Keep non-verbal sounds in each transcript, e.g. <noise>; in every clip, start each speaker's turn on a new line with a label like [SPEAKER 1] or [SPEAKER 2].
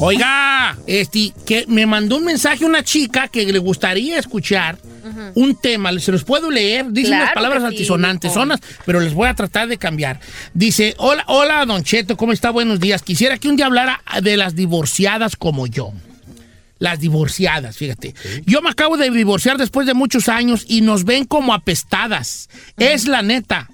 [SPEAKER 1] Oiga, este, que me mandó un mensaje una chica que le gustaría escuchar un tema. Se los puedo leer. Dicen
[SPEAKER 2] Claro
[SPEAKER 1] unas palabras
[SPEAKER 2] que sí,
[SPEAKER 1] altisonantes,
[SPEAKER 2] Nicole.
[SPEAKER 1] sonas, pero les voy a tratar de cambiar. Dice, hola, hola, Don Cheto, ¿cómo está? Buenos días. Quisiera que un día hablara de las divorciadas como yo. Las divorciadas, fíjate. Yo me acabo de divorciar después de muchos años y nos ven como apestadas. Es la neta.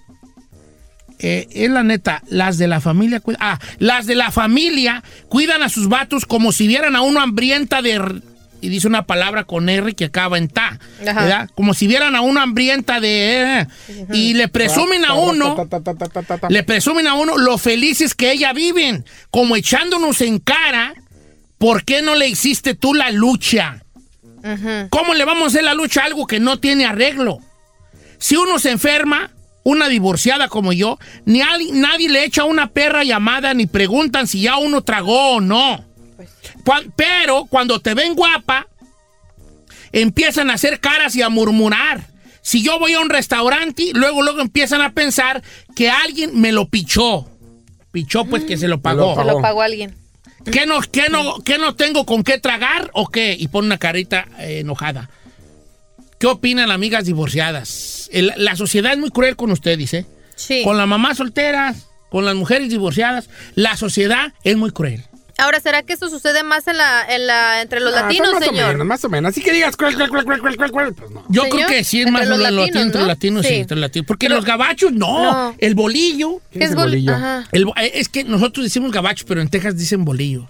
[SPEAKER 1] Eh, es la neta, las de la familia cuidan. Ah, las de la familia cuidan a sus vatos como si vieran a uno hambrienta de. r- Y dice una palabra con R que acaba en ta.
[SPEAKER 2] Ajá.
[SPEAKER 1] ¿verdad? Como si vieran a uno hambrienta de. eh, y le presumen a uno. Le presumen a uno lo felices que ella viven. Como echándonos en cara. ¿Por qué no le hiciste tú la lucha? ¿Cómo le vamos a hacer la lucha a algo que no tiene arreglo? Si uno se enferma, una divorciada como yo, ni al- nadie le echa una perra llamada ni preguntan si ya uno tragó o no.
[SPEAKER 2] Pues,
[SPEAKER 1] Cuan- pero cuando te ven guapa, empiezan a hacer caras y a murmurar. Si yo voy a un restaurante, luego luego empiezan a pensar que alguien me lo pichó. Pichó pues que se lo pagó.
[SPEAKER 2] Mm. Se lo pagó alguien.
[SPEAKER 1] ¿Qué no, qué no, qué no tengo con qué tragar o qué? Y pone una carita eh, enojada. ¿Qué opinan amigas divorciadas? El- la sociedad es muy cruel con ustedes, ¿eh?
[SPEAKER 2] Sí.
[SPEAKER 1] Con las mamás solteras, con las mujeres divorciadas. La sociedad es muy cruel.
[SPEAKER 2] Ahora, ¿será que eso sucede más en la, en la, entre
[SPEAKER 1] Ah,
[SPEAKER 2] los latinos,
[SPEAKER 3] Ah, más
[SPEAKER 2] señor?
[SPEAKER 3] o menos, más o menos. Así que digas, cuál, cuál, cuál, cuál, cuál, cuál, cuál, pues no.
[SPEAKER 1] Yo
[SPEAKER 2] Señor,
[SPEAKER 1] creo que sí es
[SPEAKER 2] entre
[SPEAKER 1] más
[SPEAKER 2] los
[SPEAKER 1] lo- lo-
[SPEAKER 2] latinos,
[SPEAKER 1] entre
[SPEAKER 2] ¿no?
[SPEAKER 1] latinos, sí,
[SPEAKER 2] Sí.
[SPEAKER 1] entre latinos. Porque
[SPEAKER 2] Pero-
[SPEAKER 1] los gabachos, no.
[SPEAKER 2] No. Ah.
[SPEAKER 1] El bolillo.
[SPEAKER 2] ¿Qué
[SPEAKER 3] ¿Quién es el
[SPEAKER 2] bol-
[SPEAKER 3] bolillo?
[SPEAKER 2] Ajá.
[SPEAKER 1] el bo- eh, es que nosotros decimos gabacho, pero en Texas dicen bolillo.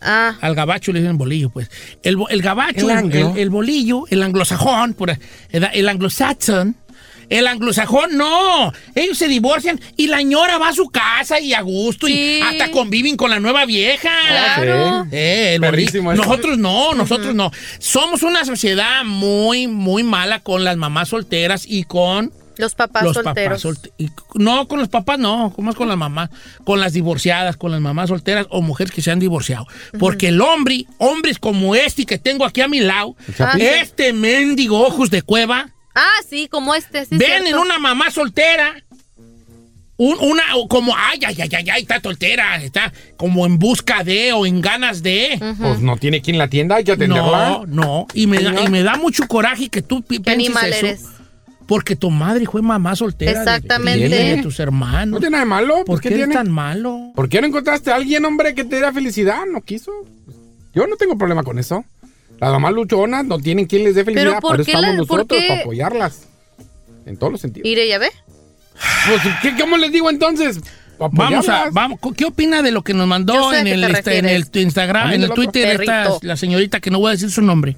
[SPEAKER 2] Ah,
[SPEAKER 1] Al gabacho le dicen bolillo, pues. El, bo- el gabacho,
[SPEAKER 3] El
[SPEAKER 1] el,
[SPEAKER 3] anglo.
[SPEAKER 1] el- el bolillo, el anglosajón, por, el, el anglosaxon. El anglosajón, no. Ellos se divorcian y la ñora va a su casa y a gusto
[SPEAKER 2] Sí.
[SPEAKER 1] y hasta conviven con la nueva vieja.
[SPEAKER 2] claro.
[SPEAKER 1] Eh, el
[SPEAKER 3] Perrísimo
[SPEAKER 1] bolillo.
[SPEAKER 3] eso.
[SPEAKER 1] Nosotros no, nosotros no. Somos una sociedad muy, muy mala con las mamás solteras y con
[SPEAKER 2] Los papás
[SPEAKER 1] los
[SPEAKER 2] solteros.
[SPEAKER 1] papás solte- y- No, con los papás no, como es con las mamás, con las divorciadas, con las mamás solteras o mujeres que se han divorciado. Porque el hombre, hombres como este que tengo aquí a mi lado,
[SPEAKER 2] Chapi.
[SPEAKER 1] este mendigo ojos de cueva,
[SPEAKER 2] ah, sí, como este. Sí,
[SPEAKER 1] ven
[SPEAKER 2] cierto.
[SPEAKER 1] en una mamá soltera. un- una o como, ay, ay, ay, ay, ay, está soltera, está como en busca de o en ganas de.
[SPEAKER 3] Pues no tiene quien la tienda, hay que atenderla.
[SPEAKER 1] No, no, y me, da,
[SPEAKER 3] Señor.
[SPEAKER 1] y me da mucho coraje que tú pi-
[SPEAKER 2] ¿Qué
[SPEAKER 1] pienses
[SPEAKER 2] animal
[SPEAKER 1] eso,
[SPEAKER 2] eres?
[SPEAKER 1] porque tu madre fue mamá soltera. de-
[SPEAKER 2] Exactamente.
[SPEAKER 1] de tus hermanos.
[SPEAKER 3] No tiene nada de malo.
[SPEAKER 1] ¿Por
[SPEAKER 3] pues,
[SPEAKER 1] qué, Pues
[SPEAKER 3] ¿qué
[SPEAKER 1] eres
[SPEAKER 3] tiene?
[SPEAKER 1] tan malo?
[SPEAKER 3] ¿Por qué no encontraste a alguien, hombre, que te diera felicidad? ¿No quiso? Yo no tengo problema con eso. Las mamás luchonas no tienen quien les dé felicidad.
[SPEAKER 2] ¿por
[SPEAKER 3] para eso
[SPEAKER 2] qué
[SPEAKER 3] estamos
[SPEAKER 2] la- por
[SPEAKER 3] nosotros,
[SPEAKER 2] qué? Eh.
[SPEAKER 3] para apoyarlas. En todos los sentidos.
[SPEAKER 2] Mire, ya ve.
[SPEAKER 3] Pues, ¿qué- ¿Cómo les digo entonces? Pa'
[SPEAKER 1] Vamos a,
[SPEAKER 3] apoyarlas.
[SPEAKER 1] vamos, ¿qué opina de lo que nos
[SPEAKER 2] Yo
[SPEAKER 1] mandó
[SPEAKER 2] sé a
[SPEAKER 1] en
[SPEAKER 2] qué
[SPEAKER 1] el,
[SPEAKER 2] te
[SPEAKER 1] este, en el
[SPEAKER 2] refieres.
[SPEAKER 1] Instagram,
[SPEAKER 3] También
[SPEAKER 1] en el
[SPEAKER 3] de loco.
[SPEAKER 1] Twitter, esta,
[SPEAKER 2] Perrito.
[SPEAKER 1] la señorita que no voy a decir su nombre,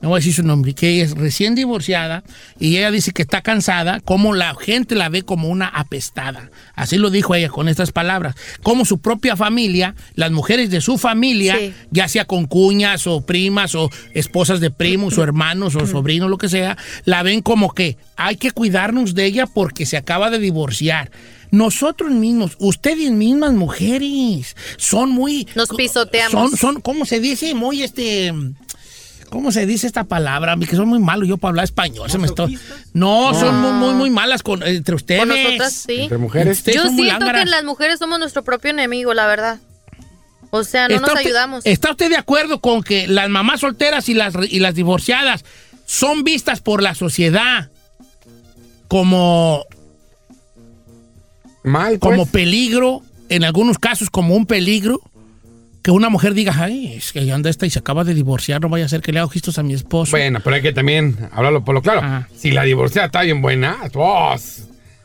[SPEAKER 1] no voy a decir su nombre, que es recién divorciada y ella dice que está cansada, como la gente la ve como una apestada. Así lo dijo ella con estas palabras. Como su propia familia, las mujeres de su familia,
[SPEAKER 2] Sí.
[SPEAKER 1] ya sea con cuñas o primas o esposas de primos o hermanos o sobrinos, lo que sea, la ven como que hay que cuidarnos de ella porque se acaba de divorciar. Nosotros mismos, ustedes mismas mujeres, son muy...
[SPEAKER 2] Nos pisoteamos.
[SPEAKER 1] Son, son, ¿cómo se dice? Muy este... ¿Cómo se dice esta palabra? A mí que son muy malos yo para hablar español. Se me está... No, son muy, muy, muy malas con, entre ustedes.
[SPEAKER 2] Con nosotras, sí.
[SPEAKER 3] Entre mujeres.
[SPEAKER 1] Ustedes
[SPEAKER 2] Yo
[SPEAKER 1] son muy
[SPEAKER 2] siento que
[SPEAKER 1] lángaras.
[SPEAKER 2] las mujeres somos nuestro propio enemigo, la verdad. O sea,
[SPEAKER 1] ¿Está
[SPEAKER 2] no
[SPEAKER 1] eh,
[SPEAKER 2] nos
[SPEAKER 1] usted-
[SPEAKER 2] ayudamos.
[SPEAKER 1] ¿Está usted de acuerdo con que las mamás solteras y las, y las divorciadas son vistas por la sociedad como,
[SPEAKER 3] Mal, pues.
[SPEAKER 1] como peligro, en algunos casos como un peligro? Que una mujer diga, ay, es que ahí anda esta y se acaba de divorciar, no vaya a ser que le haga gestos a mi esposo.
[SPEAKER 3] Pues, Bueno, pero hay que también hablarlo por lo claro.
[SPEAKER 1] Ajá.
[SPEAKER 3] Si la divorciada está bien buena, vos.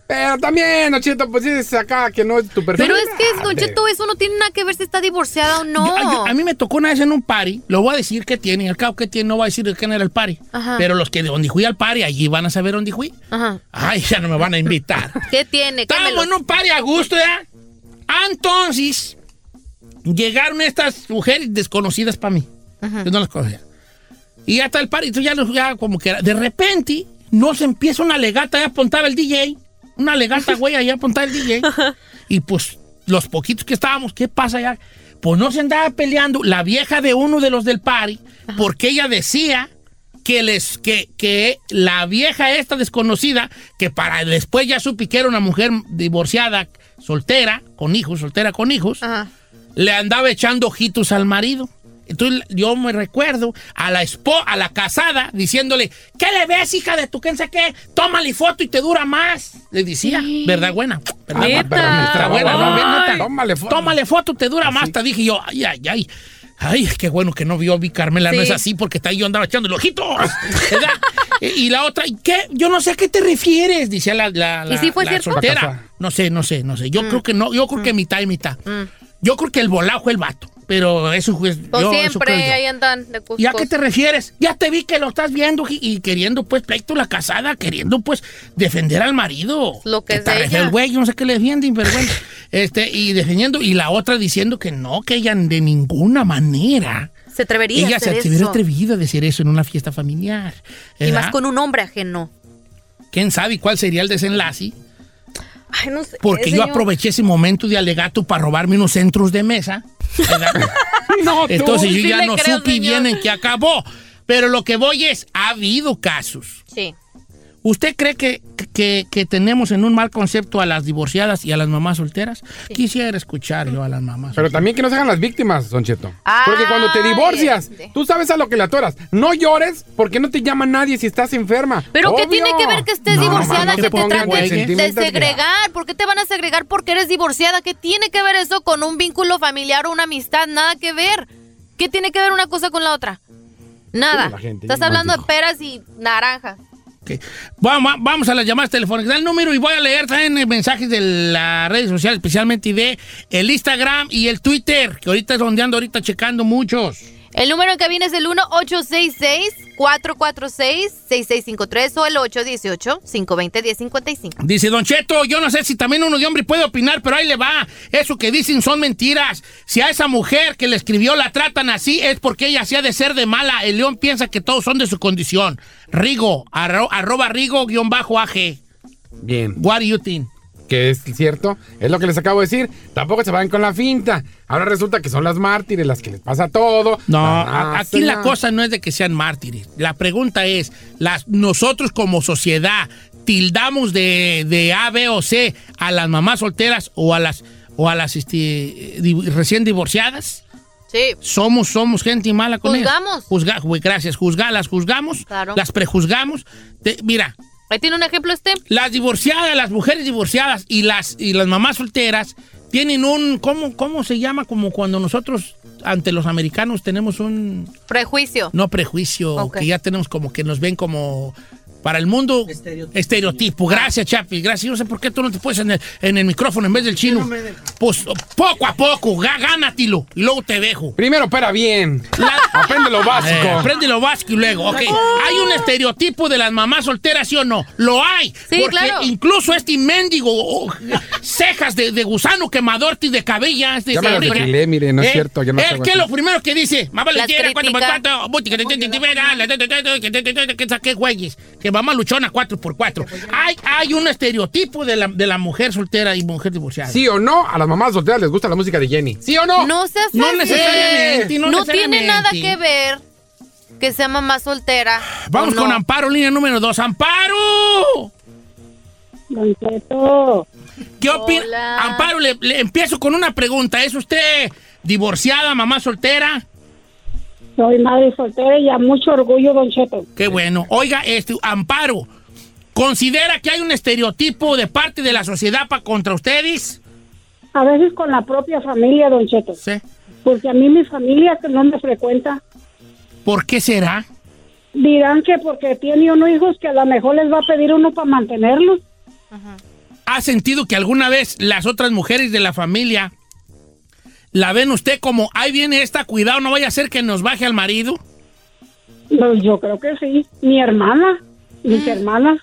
[SPEAKER 3] Pero también, Ochito, pues es acá que no es tu perfil.
[SPEAKER 2] Pero es que,
[SPEAKER 3] Ah,
[SPEAKER 2] Don
[SPEAKER 3] de-
[SPEAKER 2] Cheto, eso no tiene nada que ver si está divorciada o no.
[SPEAKER 1] Yo- yo- a mí me tocó una vez en un party, lo voy a decir que tiene, al cabo que tiene, no voy a decir de quién era el party.
[SPEAKER 2] Ajá.
[SPEAKER 1] Pero los que de donde fui al party, allí van a saber dónde fui.
[SPEAKER 2] Ajá.
[SPEAKER 1] Ay, ya no me van a invitar.
[SPEAKER 2] ¿Qué tiene? <laughs> Quémelo.
[SPEAKER 1] Estábamos en un party a gusto, ¿ya? Ah, Entonces, llegaron estas mujeres desconocidas para mí. Yo no las conocía. Y ya está el party, entonces ya, los- ya como que era. De repente, no se empieza una legata, ya apuntaba el DJ. Una legata, güey, allá apuntaba el DJ. Y pues, los poquitos que estábamos, ¿qué pasa ya? Pues no se andaba peleando la vieja de uno de los del party, porque ella decía que les que, que la vieja esta desconocida, que para después ya supe que era una mujer divorciada, soltera, con hijos, soltera con hijos,
[SPEAKER 2] Ajá.
[SPEAKER 1] le andaba echando ojitos al marido. Entonces yo me recuerdo a la espo- a la casada diciéndole, ¿qué le ves, hija de tu quién sabe qué? Tómale foto y te dura más. Le decía, ¿verdad, buena?
[SPEAKER 3] Ah,
[SPEAKER 1] ¿Verdad,
[SPEAKER 2] Neta.
[SPEAKER 1] buena? Nuestra
[SPEAKER 2] Ah,
[SPEAKER 1] buena, ¿no? Ve, neta.
[SPEAKER 3] Ay. Tómale foto. Ah,
[SPEAKER 1] Tómale foto, te dura más. Te dije yo, ay, ay, ay. Ay, qué bueno que no vio a mi Carmela, no
[SPEAKER 2] Sí.
[SPEAKER 1] es así, porque está ahí yo andaba echando el ojito. ¿verdad? <laughs> y y la otra, "¿Y ¿qué? Yo no sé a qué te refieres, decía la, la,
[SPEAKER 2] ¿Y
[SPEAKER 1] la-
[SPEAKER 2] sí fue
[SPEAKER 1] la
[SPEAKER 2] cierto? Mm.
[SPEAKER 1] soltera.
[SPEAKER 3] Fracasada.
[SPEAKER 1] No sé, no sé, no sé. Yo creo que no, yo creo que mitad y mitad. Yo creo que el volado fue el vato, pero eso fue.
[SPEAKER 2] Pues
[SPEAKER 1] yo, eso
[SPEAKER 2] siempre
[SPEAKER 1] creo yo.
[SPEAKER 2] ahí andan de
[SPEAKER 1] ¿Y a
[SPEAKER 2] cuscos.
[SPEAKER 1] qué te refieres? Ya te vi que lo estás viendo y, y queriendo, pues, pleito la casada, queriendo, pues, defender al marido.
[SPEAKER 2] Lo que es
[SPEAKER 1] está
[SPEAKER 2] de
[SPEAKER 1] regia
[SPEAKER 2] ella.
[SPEAKER 1] el güey, yo no sé qué le defienden, pero
[SPEAKER 2] <laughs>
[SPEAKER 1] bueno. este, y defendiendo, y la otra diciendo que no, que ella de ninguna manera.
[SPEAKER 2] Se atrevería a
[SPEAKER 1] Ella
[SPEAKER 2] hacer
[SPEAKER 1] se hubiera
[SPEAKER 2] eso.
[SPEAKER 1] atrevido a decir eso en una fiesta familiar.
[SPEAKER 2] Y
[SPEAKER 1] ¿verdad?
[SPEAKER 2] más con un hombre ajeno.
[SPEAKER 1] ¿Quién sabe cuál sería el desenlace?
[SPEAKER 2] Ay, no sé.
[SPEAKER 1] Porque yo
[SPEAKER 2] señor.
[SPEAKER 1] aproveché ese momento de alegato para robarme unos centros de
[SPEAKER 2] <laughs>
[SPEAKER 1] mesa. ¿verdad?
[SPEAKER 3] <laughs> No, tú.
[SPEAKER 1] Entonces yo
[SPEAKER 2] sí
[SPEAKER 1] ya
[SPEAKER 2] le
[SPEAKER 1] no
[SPEAKER 2] creo,
[SPEAKER 1] supe
[SPEAKER 2] señor.
[SPEAKER 1] bien en qué acabó. Pero lo que voy es, ha habido casos.
[SPEAKER 2] Sí.
[SPEAKER 1] ¿Usted cree que, que- que tenemos en un mal concepto a las divorciadas y a las mamás solteras? Quisiera escuchar yo a las mamás.
[SPEAKER 3] Pero también que no se hagan las víctimas, Don Cheto.
[SPEAKER 2] Ay,
[SPEAKER 3] Porque cuando te divorcias,
[SPEAKER 2] este.
[SPEAKER 3] tú sabes a lo que le atoras. No llores porque no te llama nadie si estás enferma.
[SPEAKER 2] Pero ¿qué
[SPEAKER 3] Obvio.
[SPEAKER 2] tiene que ver que estés
[SPEAKER 3] No,
[SPEAKER 1] no
[SPEAKER 2] divorciada?
[SPEAKER 1] te
[SPEAKER 2] que te
[SPEAKER 1] pongas güey,
[SPEAKER 2] traten de
[SPEAKER 3] sentimientos,
[SPEAKER 2] segregar. ¿Por qué te van a segregar porque eres divorciada? ¿Qué tiene que ver eso con un vínculo familiar o una amistad? Nada que ver. ¿Qué tiene que ver una cosa con la otra? Nada.
[SPEAKER 3] Mira la gente,
[SPEAKER 2] Estás
[SPEAKER 3] yo no
[SPEAKER 2] hablando de
[SPEAKER 3] digo.
[SPEAKER 2] peras y naranjas.
[SPEAKER 1] Ok. Vamos, vamos a las llamadas telefónicas. Da el número y voy a leer también eh, mensajes de las redes sociales, especialmente de el Instagram y el Twitter, que ahorita es donde ando ahorita checando muchos.
[SPEAKER 2] El número que viene es el 1-866-446-6653 o el 818-520-1055.
[SPEAKER 1] Dice Don Cheto, yo no sé si también uno de hombre puede opinar, pero ahí le va. Eso que dicen son mentiras. Si a esa mujer que le escribió la tratan así, es porque ella se ha de ser de mala. El león piensa que todos son de su condición. Rigo, arro- arroba Rigo, guión bajo AG.
[SPEAKER 3] Bien.
[SPEAKER 1] What do you think?
[SPEAKER 3] Que es cierto. Es lo que les acabo de decir. Tampoco se vayan con la finta. Ahora resulta que son las mártires las que les pasa todo.
[SPEAKER 1] No,
[SPEAKER 3] Ah,
[SPEAKER 1] a- aquí
[SPEAKER 3] señor.
[SPEAKER 1] la cosa no es de que sean mártires. La pregunta es, las, nosotros como sociedad tildamos de, de A, B o C a las mamás solteras o a las, o a las este, di- recién divorciadas.
[SPEAKER 2] Sí.
[SPEAKER 1] somos, somos gente mala con ellas.
[SPEAKER 2] Juzgamos.
[SPEAKER 1] Juzga, güey, gracias, juzga, las juzgamos,
[SPEAKER 2] Claro.
[SPEAKER 1] las prejuzgamos. Te- mira,
[SPEAKER 2] Ahí tiene un ejemplo este.
[SPEAKER 1] las divorciadas, las mujeres divorciadas y las, y las mamás solteras tienen un, ¿cómo, ¿cómo se llama? Como cuando nosotros ante los americanos tenemos un,
[SPEAKER 2] Prejuicio.
[SPEAKER 1] no prejuicio,
[SPEAKER 2] Ok.
[SPEAKER 1] que ya tenemos como que nos ven como... Para el mundo, estereotipo. Gracias, Chapi. Gracias. Yo no sé por qué tú no te puedes en el, en el micrófono en vez del chino. Pues poco a poco, gá- gánatilo. Y luego te dejo.
[SPEAKER 3] Primero opera bien.
[SPEAKER 1] La- <laughs>
[SPEAKER 3] Aprende lo básico.
[SPEAKER 1] Eh, aprende lo básico y luego, ok. Hay un estereotipo de las mamás solteras, ¿sí o no? Lo hay.
[SPEAKER 2] Sí,
[SPEAKER 1] porque
[SPEAKER 2] claro.
[SPEAKER 1] incluso este mendigo oh, cejas de, de gusano quemador y de cabellas. De
[SPEAKER 3] Ya me lo
[SPEAKER 1] fábrica.
[SPEAKER 3] arreglé, mire, no es
[SPEAKER 1] Eh,
[SPEAKER 3] cierto, ya no
[SPEAKER 1] eh,
[SPEAKER 3] salgo
[SPEAKER 1] ¿Qué es
[SPEAKER 3] aquí.
[SPEAKER 1] lo primero que dice? Mamá
[SPEAKER 2] Las
[SPEAKER 1] luchera, cuánto por
[SPEAKER 2] critica.
[SPEAKER 1] cuánto, buti, que te- te- te- te- verá, la- te- te- te- que te- te- te- que saqué güeyes, que mamá luchona 4x4. Hay, hay un estereotipo de la, de la mujer soltera y mujer divorciada.
[SPEAKER 3] ¿Sí o no? A las mamás solteras les gusta la música de Jenny. ¿Sí o no?
[SPEAKER 2] No seas
[SPEAKER 1] No
[SPEAKER 2] así.
[SPEAKER 1] necesariamente, no
[SPEAKER 2] No, tiene
[SPEAKER 1] necesariamente.
[SPEAKER 2] nada que ver que sea mamá soltera.
[SPEAKER 1] Vamos
[SPEAKER 2] o no.
[SPEAKER 1] con Amparo, línea número 2. ¡Amparo!
[SPEAKER 4] Don Cheto,
[SPEAKER 1] ¿Qué opina?
[SPEAKER 2] Hola.
[SPEAKER 1] Amparo, le, le empiezo con una pregunta. ¿Es usted divorciada, mamá soltera?
[SPEAKER 4] soy madre soltera y a mucho orgullo, Don Cheto.
[SPEAKER 1] Qué bueno. Oiga, este, Amparo, ¿considera que hay un estereotipo de parte de la sociedad pa- contra ustedes?
[SPEAKER 4] A veces con la propia familia, Don Cheto.
[SPEAKER 1] Sí.
[SPEAKER 4] Porque a mí mi familia que no me frecuenta.
[SPEAKER 1] ¿Por qué será?
[SPEAKER 4] Dirán que porque tiene unos hijos que a lo mejor les va a pedir uno para mantenerlos.
[SPEAKER 1] ¿Ha sentido que alguna vez las otras mujeres de la familia la ven usted como, ahí viene esta, cuidado, no vaya a ser que nos baje al marido?
[SPEAKER 4] Pues yo creo que sí. Mi hermana, mis hermanas.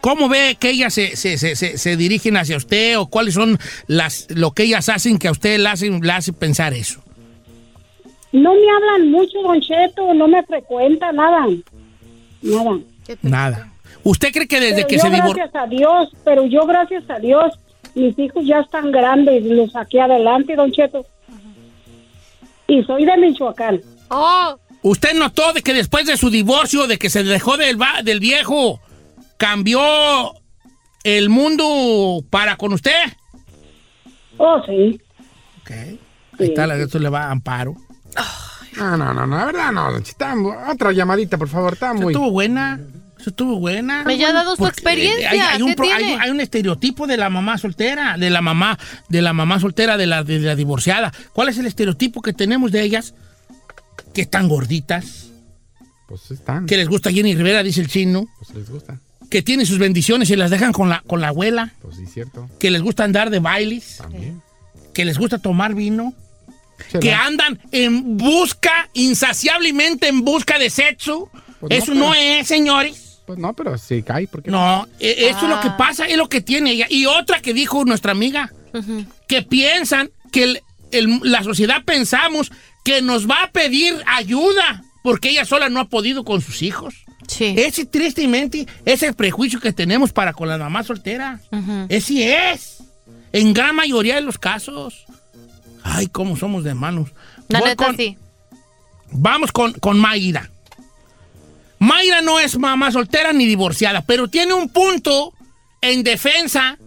[SPEAKER 1] ¿Cómo ve que ellas se, se- se- se- se dirigen hacia usted o cuáles son las lo que ellas hacen que a usted la hacen, la hace pensar eso?
[SPEAKER 4] No me hablan mucho, Don Cheto, no me frecuenta nada. Nada.
[SPEAKER 1] Nada. ¿Usted cree que desde
[SPEAKER 4] Pero
[SPEAKER 1] que
[SPEAKER 4] yo
[SPEAKER 1] se divorció...
[SPEAKER 4] gracias a Dios, pero yo gracias a Dios, mis hijos ya están grandes, los saqué adelante, don Cheto. Y soy de Michoacán.
[SPEAKER 2] Oh,
[SPEAKER 1] ¿Usted notó de que después de su divorcio, de que se dejó del, va- del viejo, cambió el mundo para con usted?
[SPEAKER 4] Oh, sí.
[SPEAKER 1] Ok. Ahí está, la de esto le va a amparo.
[SPEAKER 3] No, no, no, no, la verdad no, Don Chita, otra llamadita, por favor, está
[SPEAKER 1] Eso
[SPEAKER 3] muy...
[SPEAKER 1] estuvo buena. Eso estuvo buena.
[SPEAKER 2] Me ya ha dado su
[SPEAKER 1] Porque,
[SPEAKER 2] experiencia,
[SPEAKER 1] eh, Hay, hay un,
[SPEAKER 2] ¿qué
[SPEAKER 1] pro- hay
[SPEAKER 2] tiene?
[SPEAKER 1] un- hay un estereotipo de la mamá soltera, de la mamá, de la mamá soltera, de la, de la divorciada. ¿Cuál es el estereotipo que tenemos de ellas? Que están gorditas,
[SPEAKER 3] Pues están,
[SPEAKER 1] que les gusta Jenny Rivera, dice el chino,
[SPEAKER 3] pues les gusta.
[SPEAKER 1] que tienen sus bendiciones y las dejan con la, con la abuela,
[SPEAKER 3] Pues sí, cierto,
[SPEAKER 1] que les gusta andar de bailes,
[SPEAKER 3] también.
[SPEAKER 1] que les gusta tomar vino, que
[SPEAKER 3] Chela.
[SPEAKER 1] andan en busca, insaciablemente en busca de sexo.
[SPEAKER 3] Pues no,
[SPEAKER 1] Eso no
[SPEAKER 3] pero-
[SPEAKER 1] es, señores.
[SPEAKER 3] Pues no, pero sí cae, porque
[SPEAKER 1] No, e- eso es lo que pasa, es lo que tiene ella. Y otra que dijo nuestra amiga, que piensan que el- el- la sociedad pensamos que nos va a pedir ayuda porque ella sola no ha podido con sus hijos.
[SPEAKER 2] Sí.
[SPEAKER 1] Ese tristemente es el prejuicio que tenemos para con las mamás solteras. Ese es. En gran mayoría de los casos. Ay, cómo somos de manos.
[SPEAKER 2] La
[SPEAKER 1] Voy
[SPEAKER 2] neta,
[SPEAKER 1] con-
[SPEAKER 2] sí.
[SPEAKER 1] Vamos con, con Mayra. Mayra no es mamá soltera ni divorciada, pero tiene un punto en defensa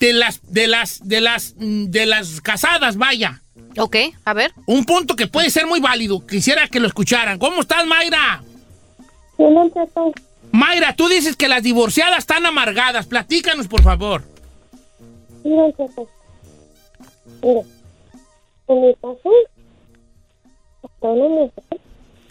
[SPEAKER 1] de las, de las, de las, mm, de las casadas, vaya.
[SPEAKER 2] Ok, a ver.
[SPEAKER 1] Un punto que puede ser muy válido. Quisiera que lo escucharan. ¿Cómo estás, Mayra?
[SPEAKER 4] ¿Quién empezó?
[SPEAKER 1] Mayra, tú dices que las divorciadas están amargadas. Platícanos, por favor.
[SPEAKER 4] Mira, jefe. Mira, en mi caso, hasta una mujer,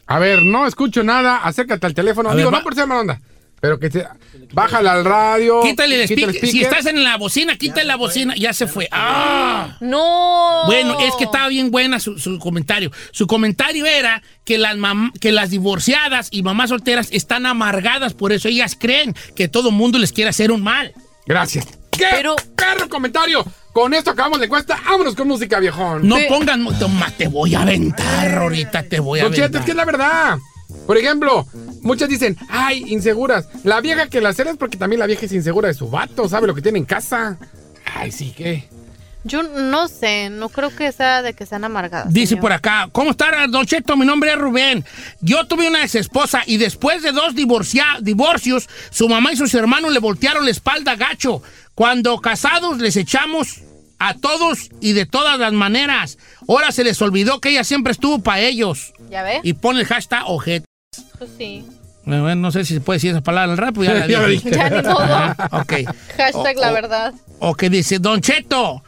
[SPEAKER 3] A ver, no escucho nada, acércate al teléfono.
[SPEAKER 1] A
[SPEAKER 3] Digo,
[SPEAKER 1] ver, va-
[SPEAKER 3] no por ser mala onda, pero que te... Bájale al radio.
[SPEAKER 1] Oh, Quítale el
[SPEAKER 3] quita
[SPEAKER 1] speaker. Si estás en la bocina, quítale la bocina. Ya se fue. ¡Ah!
[SPEAKER 2] No.
[SPEAKER 1] Bueno, es que estaba bien buena su, su comentario. Su comentario era que las, mam- que las divorciadas y mamás solteras están amargadas, por eso ellas creen que todo mundo les quiere hacer un mal.
[SPEAKER 3] Gracias. ¡Qué
[SPEAKER 2] Pero-
[SPEAKER 3] perro comentario! Con esto acabamos la encuesta. Vámonos con música, viejón.
[SPEAKER 1] No pongan... mu- Toma, te voy a aventar ahorita, te voy a
[SPEAKER 3] Don Cheto, es
[SPEAKER 1] aventar.
[SPEAKER 3] que es la verdad. Por ejemplo, muchas dicen, ay, inseguras. La vieja que la cela es porque también la vieja es insegura de su vato, sabe lo que tiene en casa. Ay, sí, ¿qué?
[SPEAKER 2] Yo no sé, no creo que sea de que sean amargadas.
[SPEAKER 1] Dice
[SPEAKER 2] señor.
[SPEAKER 1] por acá, ¿cómo está, Don Cheto? Mi nombre es Rubén. Yo tuve una exesposa y después de dos divorcia- divorcios, su mamá y sus hermanos le voltearon la espalda a gacho. Cuando casados les echamos a todos y de todas las maneras. Ahora se les olvidó que ella siempre estuvo para ellos.
[SPEAKER 2] ¿Ya ves?
[SPEAKER 1] Y pone el hashtag ojet.
[SPEAKER 2] Pues sí.
[SPEAKER 1] Bueno, no sé si se puede decir esa palabra al rato, ya la <laughs>
[SPEAKER 3] Ya la
[SPEAKER 1] dije.
[SPEAKER 3] dije.
[SPEAKER 2] Ya ni modo.
[SPEAKER 1] Ah, ok.
[SPEAKER 2] Hashtag
[SPEAKER 1] O-
[SPEAKER 2] la
[SPEAKER 1] o-
[SPEAKER 2] verdad.
[SPEAKER 1] O que dice, Don Cheto,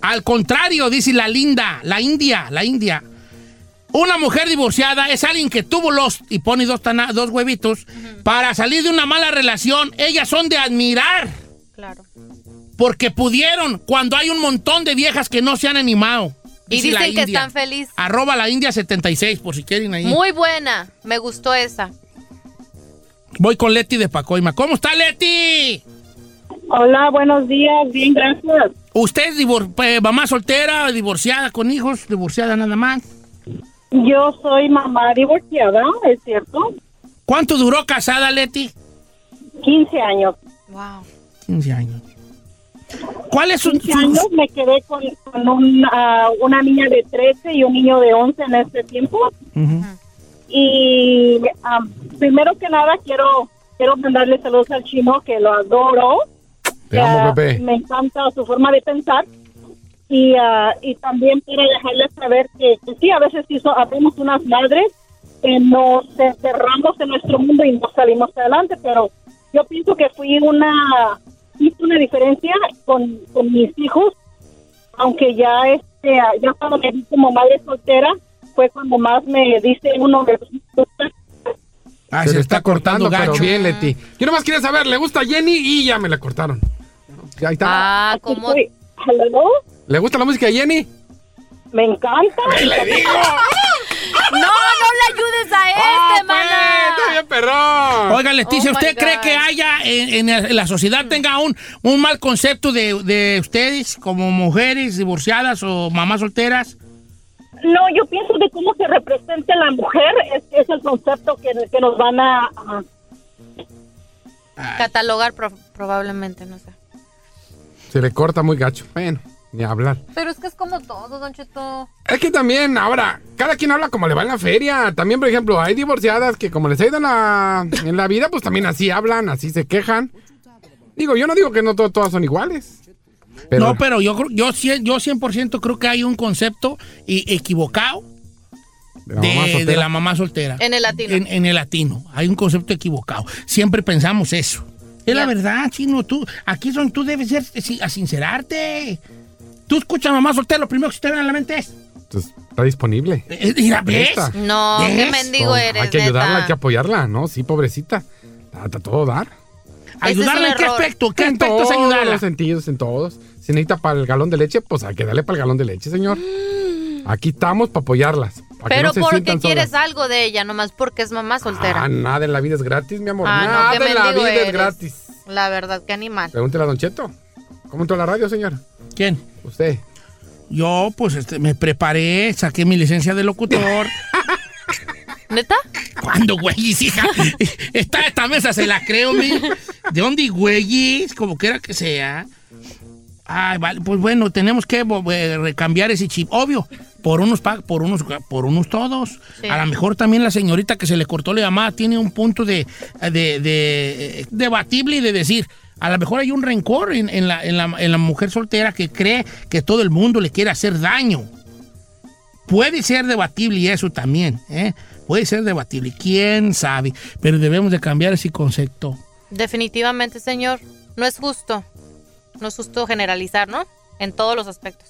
[SPEAKER 1] al contrario, dice la linda, la india, la india. Una mujer divorciada es alguien que tuvo los, y pone dos, tana- dos huevitos, para salir de una mala relación. Ellas son de admirar,
[SPEAKER 2] Claro.
[SPEAKER 1] porque pudieron, cuando hay un montón de viejas que no se han animado.
[SPEAKER 2] Y
[SPEAKER 1] Dice la
[SPEAKER 2] dicen que
[SPEAKER 1] india. Ah,
[SPEAKER 2] están felices.
[SPEAKER 1] Arroba la india 76, por si quieren ahí.
[SPEAKER 2] Muy buena. Me gustó esa.
[SPEAKER 1] Voy con Leti de Pacoima. ¿Cómo está Leti?
[SPEAKER 4] Hola, buenos días, bien, gracias.
[SPEAKER 1] ¿Usted es divor- eh, mamá soltera, divorciada, con hijos, divorciada nada más?
[SPEAKER 4] Yo soy mamá divorciada, ¿es cierto?
[SPEAKER 1] ¿Cuánto duró casada, Leti?
[SPEAKER 4] 15 años.
[SPEAKER 2] Wow.
[SPEAKER 1] 15 años. ¿Cuál es su,
[SPEAKER 4] 15
[SPEAKER 1] su-
[SPEAKER 4] años me quedé con, con un, ah, una niña de 13 y un niño de 11 en este tiempo.
[SPEAKER 1] Ujú.
[SPEAKER 4] Y ah, primero que nada quiero quiero mandarle saludos al chino que lo adoro.
[SPEAKER 3] Te amo,
[SPEAKER 4] Ah,
[SPEAKER 3] Pepe.
[SPEAKER 4] Me encanta su forma de pensar. Y, ah, y también quiero dejarles saber que, que sí, a veces sí, so- habemos unas madres que nos encerramos en nuestro mundo y no salimos adelante, pero yo pienso que fui una, hice una diferencia con, con mis hijos, aunque ya este, ah, ya cuando me vi como madre soltera, fue cuando más me dice uno de
[SPEAKER 1] Ah,
[SPEAKER 3] se le está cortando, pero bien, Leti. Yo nomás quería saber, ¿le gusta a Jenny? Y ya me la cortaron. Ya ahí está.
[SPEAKER 2] Ah, ¿cómo?
[SPEAKER 4] ¿Hello?
[SPEAKER 3] ¿Le gusta la música de Jenny?
[SPEAKER 4] Me encanta.
[SPEAKER 2] No, no le ayudes a
[SPEAKER 1] Ah,
[SPEAKER 2] este,
[SPEAKER 3] pues, ¡Está
[SPEAKER 2] mana.
[SPEAKER 3] bien, perrón!
[SPEAKER 1] Oiga, Leticia,
[SPEAKER 2] Oh, my
[SPEAKER 1] ¿usted cree
[SPEAKER 2] God.
[SPEAKER 1] que haya en, en la sociedad tenga un, un mal concepto de, de ustedes como mujeres divorciadas o mamás solteras?
[SPEAKER 4] No, yo pienso de cómo se representa la mujer, es, es el concepto que, que nos van a... a-
[SPEAKER 2] Catalogar pro- probablemente, no sé.
[SPEAKER 3] Se le corta muy gacho. Bueno, ni hablar.
[SPEAKER 2] Pero es que es como todo, Don Cheto.
[SPEAKER 3] Es que también, ahora, cada quien habla como le va en la feria. También, por ejemplo, hay divorciadas que como les ha ido en la, en la vida, pues también así hablan, así se quejan. Digo, yo no digo que no to- todas son iguales. Pero,
[SPEAKER 1] No, pero yo, creo- yo, cien- yo 100% creo que hay un concepto y- equivocado
[SPEAKER 3] de la
[SPEAKER 1] de,
[SPEAKER 3] mamá soltera.
[SPEAKER 1] de la mamá soltera.
[SPEAKER 2] En el latino.
[SPEAKER 1] En, en el latino. Hay un concepto equivocado. Siempre pensamos eso. Es la
[SPEAKER 2] Ya.
[SPEAKER 1] verdad, chino. Tú, aquí son, tú debes ser si- a sincerarte. Tú escuchas a mamá soltera, lo primero que se te viene a la mente es.
[SPEAKER 3] Entonces, pues, está disponible.
[SPEAKER 1] eh, Mira, ¿ves?
[SPEAKER 3] Esta.
[SPEAKER 2] No,
[SPEAKER 1] ¿Ves?
[SPEAKER 2] qué mendigo
[SPEAKER 3] No,
[SPEAKER 2] eres,
[SPEAKER 3] Hay que
[SPEAKER 2] neta.
[SPEAKER 3] ayudarla, hay que apoyarla, ¿no? Sí, pobrecita. A, todo dar.
[SPEAKER 1] ¿Ayudarla
[SPEAKER 2] Ese es
[SPEAKER 1] en
[SPEAKER 2] un
[SPEAKER 1] qué
[SPEAKER 2] error.
[SPEAKER 1] aspecto? ¿Qué
[SPEAKER 3] en
[SPEAKER 1] aspectos
[SPEAKER 3] todos
[SPEAKER 1] ayudarla?
[SPEAKER 3] los sentidos, en todos. Si necesita para el galón de leche, pues hay que darle para el galón de leche, señor. Aquí estamos para apoyarlas. para que
[SPEAKER 2] Mm. Pero
[SPEAKER 3] no se
[SPEAKER 2] porque
[SPEAKER 3] sientan
[SPEAKER 2] quieres
[SPEAKER 3] solas.
[SPEAKER 2] algo de ella, nomás porque es mamá soltera.
[SPEAKER 3] Ah, nada en la vida es gratis, mi amor.
[SPEAKER 2] Ah, no,
[SPEAKER 3] nada
[SPEAKER 2] qué
[SPEAKER 3] en la
[SPEAKER 2] mendigo
[SPEAKER 3] vida
[SPEAKER 2] eres.
[SPEAKER 3] es gratis.
[SPEAKER 2] La verdad, qué animal.
[SPEAKER 3] Pregúntele a Don Cheto. ¿Cómo entró a la radio, señor?
[SPEAKER 1] ¿Quién?
[SPEAKER 3] Usted.
[SPEAKER 1] Yo, pues, este, me preparé, saqué mi licencia de locutor.
[SPEAKER 2] ¿Neta?
[SPEAKER 1] ¿Cuándo, güeyes, hija? Esta, esta mesa se la creo, mi. ¿De dónde, güeyes? Como quiera que sea. Ay, vale, pues bueno, tenemos que bo- eh, recambiar ese chip. Obvio, por unos pa- por unos por unos todos.
[SPEAKER 2] Sí.
[SPEAKER 1] A lo mejor también la señorita que se le cortó la llamada tiene un punto de, de- de- eh, debatible y de decir. A lo mejor hay un rencor en, en la, en la- en la mujer soltera que cree que todo el mundo le quiere hacer daño. Puede ser debatible y eso también, ¿eh? Puede ser debatible, quién sabe, pero debemos de cambiar ese concepto.
[SPEAKER 2] Definitivamente, señor. No es justo. No es justo generalizar, ¿no? En todos los aspectos.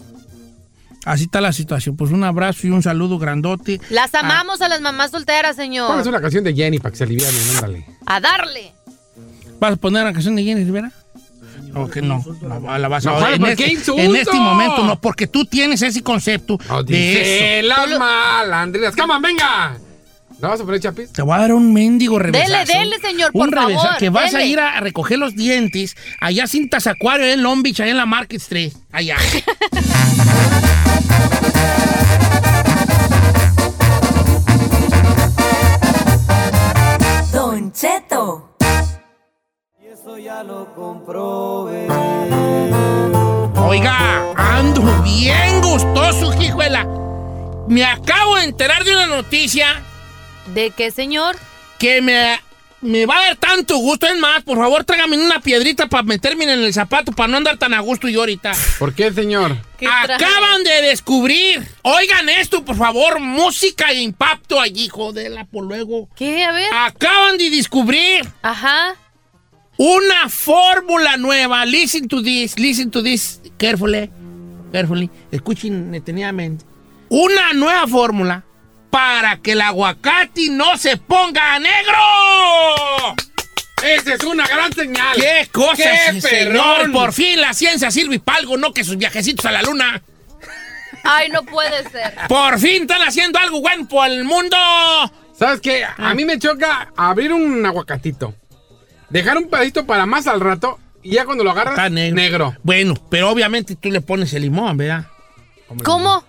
[SPEAKER 1] Así está la situación. Pues un abrazo y un saludo grandote. Ah,
[SPEAKER 2] Las amamos a las mamás solteras,
[SPEAKER 3] Póngase
[SPEAKER 2] señor.
[SPEAKER 3] Ah. una canción de Jenny para que se aliviane, ándale.
[SPEAKER 2] A darle.
[SPEAKER 1] ¿Vas a poner la canción de Jenny Rivera? No, que no, la, la vas a
[SPEAKER 3] No, Juan,
[SPEAKER 1] en,
[SPEAKER 3] ¿por
[SPEAKER 1] este,
[SPEAKER 3] qué insulto?
[SPEAKER 1] en este momento no, porque tú tienes ese concepto
[SPEAKER 3] No,
[SPEAKER 1] de eso.
[SPEAKER 3] dice las malandrinas. ¡Caman, venga! ¿No vas a poner chapis?
[SPEAKER 1] Te voy a dar un mendigo revesazo.
[SPEAKER 2] dele, señor,
[SPEAKER 1] Un
[SPEAKER 2] por
[SPEAKER 1] revesa-
[SPEAKER 2] favor,
[SPEAKER 1] Que vas a
[SPEAKER 2] dele.
[SPEAKER 1] ir a, a recoger los dientes allá sin Acuario, en Long Beach, allá en la Market Street. Allá.
[SPEAKER 5] Don Cheto.
[SPEAKER 1] Oiga, ando bien gustoso, hijuela. Me acabo de enterar de una noticia
[SPEAKER 2] ¿De qué, señor?
[SPEAKER 1] que me, me va a dar tanto gusto. Es más, por favor, tráigame una piedrita para meterme en el zapato para no andar tan a gusto yo ahorita.
[SPEAKER 3] ¿Por qué, señor?
[SPEAKER 2] ¿Qué trae?
[SPEAKER 1] Acaban de descubrir. Oigan esto, por favor. Música de impacto allí, jodela, por luego.
[SPEAKER 2] ¿Qué? A ver.
[SPEAKER 1] Acaban de descubrir
[SPEAKER 2] Ajá.
[SPEAKER 1] una fórmula nueva. Listen to this, listen to this carefully, carefully. Escuchen detenidamente. Una nueva fórmula para que el aguacate no se ponga negro.
[SPEAKER 3] ¡Esa es una gran señal!
[SPEAKER 1] ¡Qué cosa,
[SPEAKER 3] ¡Qué
[SPEAKER 1] sí, señor!
[SPEAKER 3] perrón!
[SPEAKER 1] Por fin la ciencia sirve para algo, no que sus viajecitos a la luna.
[SPEAKER 2] Ay, no puede ser.
[SPEAKER 1] Por fin están haciendo algo bueno por el mundo.
[SPEAKER 3] ¿Sabes qué?
[SPEAKER 2] Ah.
[SPEAKER 3] A mí me choca abrir un aguacatito, dejar un pedacito para más al rato y ya cuando lo agarras,
[SPEAKER 1] Está negro. Bueno, pero obviamente tú le pones el limón, ¿verdad?
[SPEAKER 2] ¿Cómo?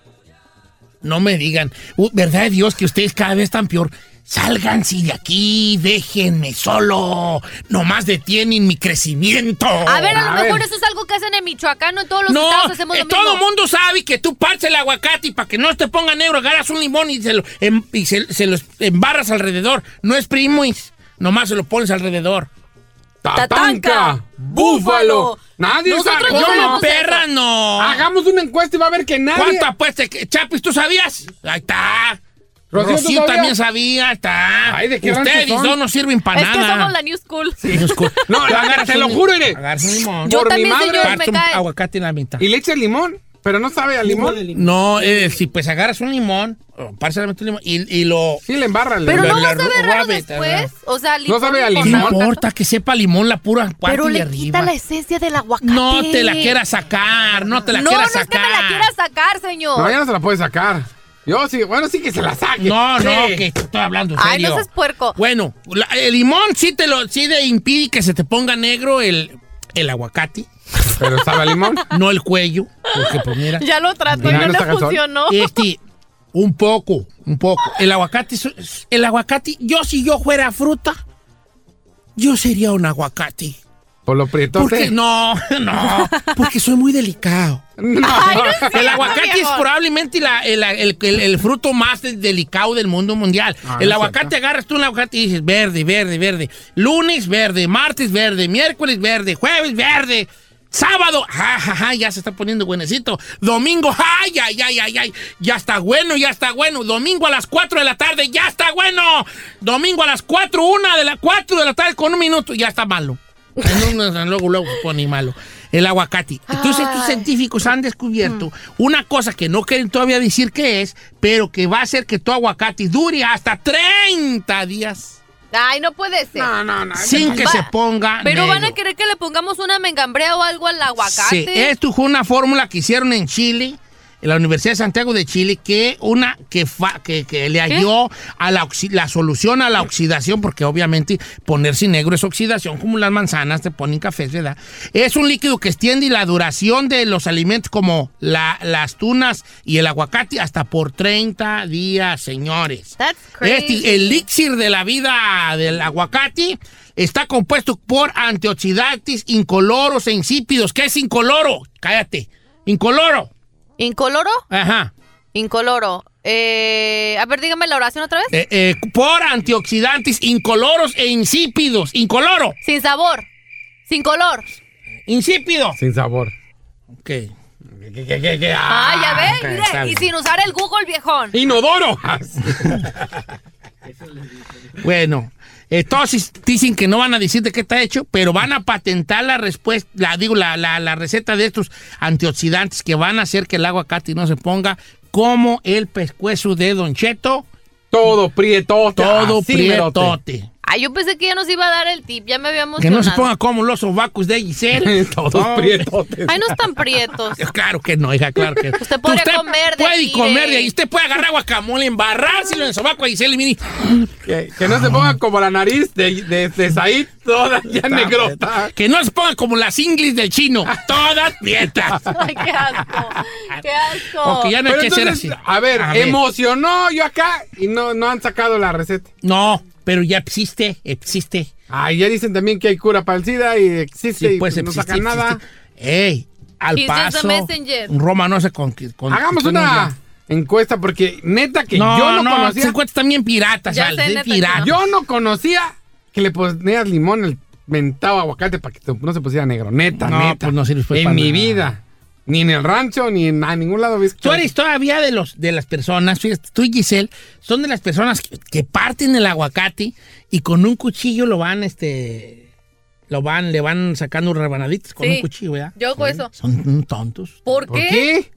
[SPEAKER 1] No me digan, Uh, verdad de Dios que ustedes cada vez están peor. Sálganse de aquí, déjenme solo. Nomás detienen mi crecimiento.
[SPEAKER 2] A ver, a lo
[SPEAKER 3] a
[SPEAKER 2] mejor
[SPEAKER 3] ver.
[SPEAKER 2] eso es algo que hacen en Michoacán, no en todos los
[SPEAKER 1] no,
[SPEAKER 2] estados hacemos
[SPEAKER 1] eh,
[SPEAKER 2] lo mismo.
[SPEAKER 1] todo el mundo sabe que tú parches el aguacate y para que no te ponga negro, agarras un limón y se lo, em- y se, se los embarras alrededor. No es primis, nomás se lo pones alrededor.
[SPEAKER 3] ¡Tatanca! ¡Búfalo! ¡Nadie sabe!
[SPEAKER 2] Nosotros
[SPEAKER 3] ¡Yo
[SPEAKER 2] no
[SPEAKER 3] no!
[SPEAKER 1] ¿Cómo,
[SPEAKER 2] sabemos.
[SPEAKER 1] perra? No.
[SPEAKER 3] Hagamos una encuesta y va a ver que nadie...
[SPEAKER 1] ¿Cuánto apuesta? que- Chapis, ¿tú sabías? Ahí está.
[SPEAKER 3] Rocío,
[SPEAKER 1] Rocío,
[SPEAKER 3] ¿tú sabías?
[SPEAKER 1] también sabía, ahí está.
[SPEAKER 3] Ay, ¿de qué
[SPEAKER 1] Ustedes
[SPEAKER 3] rancho son?
[SPEAKER 1] dos no sirven para
[SPEAKER 2] Es
[SPEAKER 1] nada.
[SPEAKER 2] que somos la New School.
[SPEAKER 3] No, la- te lo juro, Irene.
[SPEAKER 1] Agarrarse un limón.
[SPEAKER 2] Yo
[SPEAKER 3] Por mi
[SPEAKER 2] también,
[SPEAKER 3] madre,
[SPEAKER 2] señor, me
[SPEAKER 1] Parte un
[SPEAKER 2] cae.
[SPEAKER 1] aguacate en la mitad.
[SPEAKER 3] Y le echa el limón, pero no sabe al limón.
[SPEAKER 1] No, eh, si pues agarras un limón, o parcialmente un limón, y, y lo...
[SPEAKER 3] Sí, le embarra. le-
[SPEAKER 2] Pero
[SPEAKER 1] la-
[SPEAKER 2] no
[SPEAKER 1] la
[SPEAKER 2] vas a ver
[SPEAKER 1] ru-
[SPEAKER 2] raro
[SPEAKER 1] guave,
[SPEAKER 2] después. O sea,
[SPEAKER 3] sabe a
[SPEAKER 1] ¿Qué
[SPEAKER 3] limón.
[SPEAKER 2] importa.
[SPEAKER 1] importa que sepa limón la pura parte
[SPEAKER 2] Pero
[SPEAKER 1] de
[SPEAKER 2] le
[SPEAKER 1] arriba?
[SPEAKER 2] quita la esencia del aguacate.
[SPEAKER 1] No te la quieras sacar, no te la
[SPEAKER 2] No, no
[SPEAKER 1] quieras
[SPEAKER 2] es que
[SPEAKER 1] sacar.
[SPEAKER 2] me la quiera sacar, señor.
[SPEAKER 3] No, ya no se la puede sacar. Yo sí, bueno, sí que se la saque.
[SPEAKER 1] No,
[SPEAKER 3] Sí.
[SPEAKER 1] no, que te estoy hablando en
[SPEAKER 2] Ay,
[SPEAKER 1] serio.
[SPEAKER 2] no seas puerco.
[SPEAKER 1] Bueno, la- el limón sí te lo sí te impide que se te ponga negro el, el aguacate,
[SPEAKER 3] Pero sabe a limón.
[SPEAKER 1] no el cuello, porque pues mira,
[SPEAKER 2] Ya lo trató y
[SPEAKER 3] Mira,
[SPEAKER 2] no
[SPEAKER 3] no
[SPEAKER 2] le
[SPEAKER 3] saca el sol.
[SPEAKER 2] funcionó.
[SPEAKER 1] este un poco, un poco. El aguacate es- el aguacate, yo si yo fuera fruta, yo sería un aguacate.
[SPEAKER 3] Por lo prieto.
[SPEAKER 1] Porque no, <laughs> no, porque soy muy delicado.
[SPEAKER 3] <laughs> No.
[SPEAKER 2] Ay, no es
[SPEAKER 1] <laughs>
[SPEAKER 2] cierto,
[SPEAKER 1] El aguacate es
[SPEAKER 2] viejo.
[SPEAKER 1] probablemente la- el, el- el- el fruto más de- delicado del mundo mundial.
[SPEAKER 3] Ah,
[SPEAKER 1] el
[SPEAKER 3] no es
[SPEAKER 1] aguacate
[SPEAKER 3] cierto.
[SPEAKER 1] agarras tú un aguacate y dices verde, verde, verde. Lunes verde, martes verde, miércoles verde, jueves verde. Sábado, ja, ja, ja, ya se está poniendo buenecito. Domingo, ay, ay, ay, ay, ay, ya está bueno, ya está bueno. Domingo a las 4 de la tarde, ya está bueno. Domingo a las 4, 1 de la 4 de la tarde con un minuto, ya está malo. No, no, luego, luego se pone malo. El aguacate. Entonces, tú
[SPEAKER 2] Ay. Mm.
[SPEAKER 1] se- científicos han descubierto una cosa que no quieren todavía decir qué es, pero que va a hacer que tu aguacate dure hasta 30 días
[SPEAKER 2] Ay, no puede ser.
[SPEAKER 3] No, no, no.
[SPEAKER 1] sin que
[SPEAKER 2] Va-
[SPEAKER 1] se ponga
[SPEAKER 2] Pero van a
[SPEAKER 1] negro.
[SPEAKER 2] querer que le pongamos una mengambrea o algo al
[SPEAKER 1] Sí,
[SPEAKER 2] aguacate.
[SPEAKER 1] esto fue una fórmula que hicieron en Chile, en la Universidad de Santiago de Chile, que una que, fa- que, que le halló a la, oxi- la solución a la oxidación, porque obviamente ponerse negro es oxidación, como las manzanas te ponen café, ¿verdad? Es un líquido que extiende la duración de los alimentos como la- las tunas y el aguacate hasta por 30 días, señores.
[SPEAKER 2] That's crazy.
[SPEAKER 1] Este, el elixir de la vida del aguacate está compuesto por antioxidantes incoloros e insípidos. ¿Qué es incoloro? Cállate. Incoloro.
[SPEAKER 2] ¿Incoloro?
[SPEAKER 1] Ajá.
[SPEAKER 2] Incoloro. Eh, a ver, dígame la oración otra vez.
[SPEAKER 1] Eh, eh, por antioxidantes incoloros e insípidos. Incoloro.
[SPEAKER 2] Sin sabor. Sin color.
[SPEAKER 1] Insípido.
[SPEAKER 3] Sin sabor.
[SPEAKER 1] Ok.
[SPEAKER 3] ¿Qué, qué, qué, qué?
[SPEAKER 2] Ah, ya ve.
[SPEAKER 1] ok,
[SPEAKER 2] mire,
[SPEAKER 1] está
[SPEAKER 2] y
[SPEAKER 1] bien.
[SPEAKER 2] sin usar el Google, viejón.
[SPEAKER 3] <laughs> ¡Inodoro!
[SPEAKER 1] Bueno. Entonces dicen que no van a decir de qué está hecho, pero van a patentar la respuesta, la digo, la, la- la receta de estos antioxidantes que van a hacer que el aguacate no se ponga como el pescuezo de Don Cheto.
[SPEAKER 3] Todo prieto.
[SPEAKER 1] Todo
[SPEAKER 3] así, merote.
[SPEAKER 1] prietote.
[SPEAKER 2] Ay, yo pensé que ya nos iba a dar el tip. Ya me habíamos
[SPEAKER 1] Que no se ponga como los ovacos de Giselle.
[SPEAKER 3] <laughs> <laughs> Todos
[SPEAKER 1] No.
[SPEAKER 3] prietotes.
[SPEAKER 2] Ay, no
[SPEAKER 1] <laughs>
[SPEAKER 2] están prietos.
[SPEAKER 1] Claro que no, hija, claro que no.
[SPEAKER 2] Usted podría comer de
[SPEAKER 1] puede
[SPEAKER 2] aquí,
[SPEAKER 1] comer
[SPEAKER 2] eh.
[SPEAKER 1] de ahí. Usted puede agarrar guacamole, embarrárselo en el sobaco a Giselle y mire.
[SPEAKER 3] Que, que no se ponga como la nariz de, de, de Said, toda ya negrota.
[SPEAKER 1] Que no se ponga como las inglis del chino. Todas prietas.
[SPEAKER 2] Ay, qué asco. Qué asco.
[SPEAKER 1] Ok, ya no hay
[SPEAKER 3] Pero
[SPEAKER 1] que ser así.
[SPEAKER 3] entonces, A ver,
[SPEAKER 1] A
[SPEAKER 3] emocionó yo acá y no, no han sacado la receta.
[SPEAKER 1] No, pero ya existe, existe.
[SPEAKER 3] Ah, ya dicen también que hay cura para el SIDA y existe
[SPEAKER 1] Sí,
[SPEAKER 3] y
[SPEAKER 1] pues
[SPEAKER 3] no
[SPEAKER 1] existe,
[SPEAKER 3] sacan nada.
[SPEAKER 1] existe. Ey, al
[SPEAKER 2] He's just a
[SPEAKER 1] paso.
[SPEAKER 2] messenger.
[SPEAKER 1] Roma no se conquistó.
[SPEAKER 3] Hagamos una encuesta porque neta que
[SPEAKER 1] No,
[SPEAKER 3] yo no,
[SPEAKER 1] no, se
[SPEAKER 3] conocía.
[SPEAKER 1] encuentra también piratas,
[SPEAKER 2] Ya
[SPEAKER 1] Alex,
[SPEAKER 2] sé,
[SPEAKER 1] bien
[SPEAKER 2] neta que
[SPEAKER 1] piratas.
[SPEAKER 3] Yo no conocía que le ponías limón al mentado aguacate para que te- no se pusiera negro. Neta,
[SPEAKER 1] No,
[SPEAKER 3] neta.
[SPEAKER 1] pues no sirve para
[SPEAKER 3] En mi
[SPEAKER 1] nada.
[SPEAKER 3] vida. Ni en el rancho, ni en a ningún lado. ves que-
[SPEAKER 1] Tú eres todavía de los de las personas, fíjate, tú y Giselle son de las personas que, que parten el aguacate y con un cuchillo lo van, este, lo van, le van sacando rebanaditas con
[SPEAKER 2] Sí,
[SPEAKER 1] un cuchillo, ¿verdad?
[SPEAKER 2] yo hago eso.
[SPEAKER 1] Son tontos.
[SPEAKER 2] ¿Por
[SPEAKER 3] ¿Por
[SPEAKER 2] qué?
[SPEAKER 3] qué?